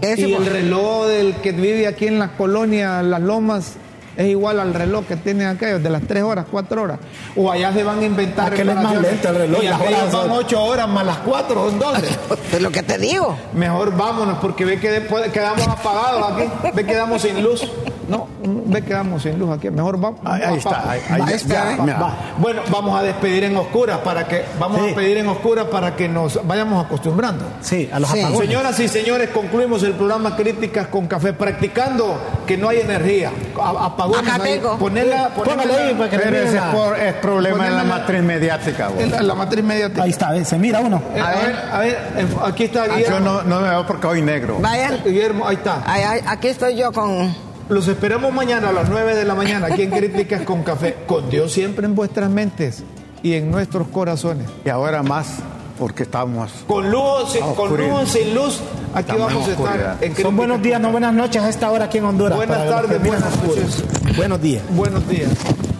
Ese Y el por- reloj del que vive aquí en la colonia, Las Lomas, es igual al reloj que tienen aquellos de las 3 horas, 4 horas. O allá se van a inventar. Aquel es más reparaciones. lento el reloj, Y las aquellos horas van son- 8 horas más las 4, son 12. Es lo que te digo. Mejor vámonos porque ve que después quedamos apagados aquí. Ve que quedamos sin luz. No, ve que quedamos sin luz aquí. Mejor vamos. Ahí- ahí está, Va, ahí- ahí va, está, va, ahí, mira. va. Bueno, vamos a despedir en oscuras para que vamos Sí. a pedir en oscuras para que nos vayamos acostumbrando. Sí, a los Sí. apagones. Señoras y señores, concluimos el programa Críticas con Café, practicando que no hay energía. A- Apagones. Acá ahí. tengo. Ponela, ponela- Póngale ahí para que Pero miren ese es, la- por- es problema de la Ponela- matriz mediática. vos. en la, la matriz mediática. Ahí está, ¿ves? se mira uno. Eh, A ver, a ver, eh, aquí Ah, está Yo Guillermo. no, no me veo porque hoy negro. Vayan. Guillermo, ahí está. Ay, ay, aquí estoy yo con. Los esperamos mañana a las 9 de la mañana aquí en Críticas con Café. Con Dios siempre en vuestras mentes y en nuestros corazones. Y ahora más porque estamos. Con luz, sin, Ah, con oscuridad. luz, sin luz, aquí Estamos vamos a en estar. oscuridad. en Críticas Son buenos días, con no buenas noches a esta hora aquí en Honduras. Buenas para los que tardes, miran buenas oscuro. noches. Buenos días. Café. Buenos días.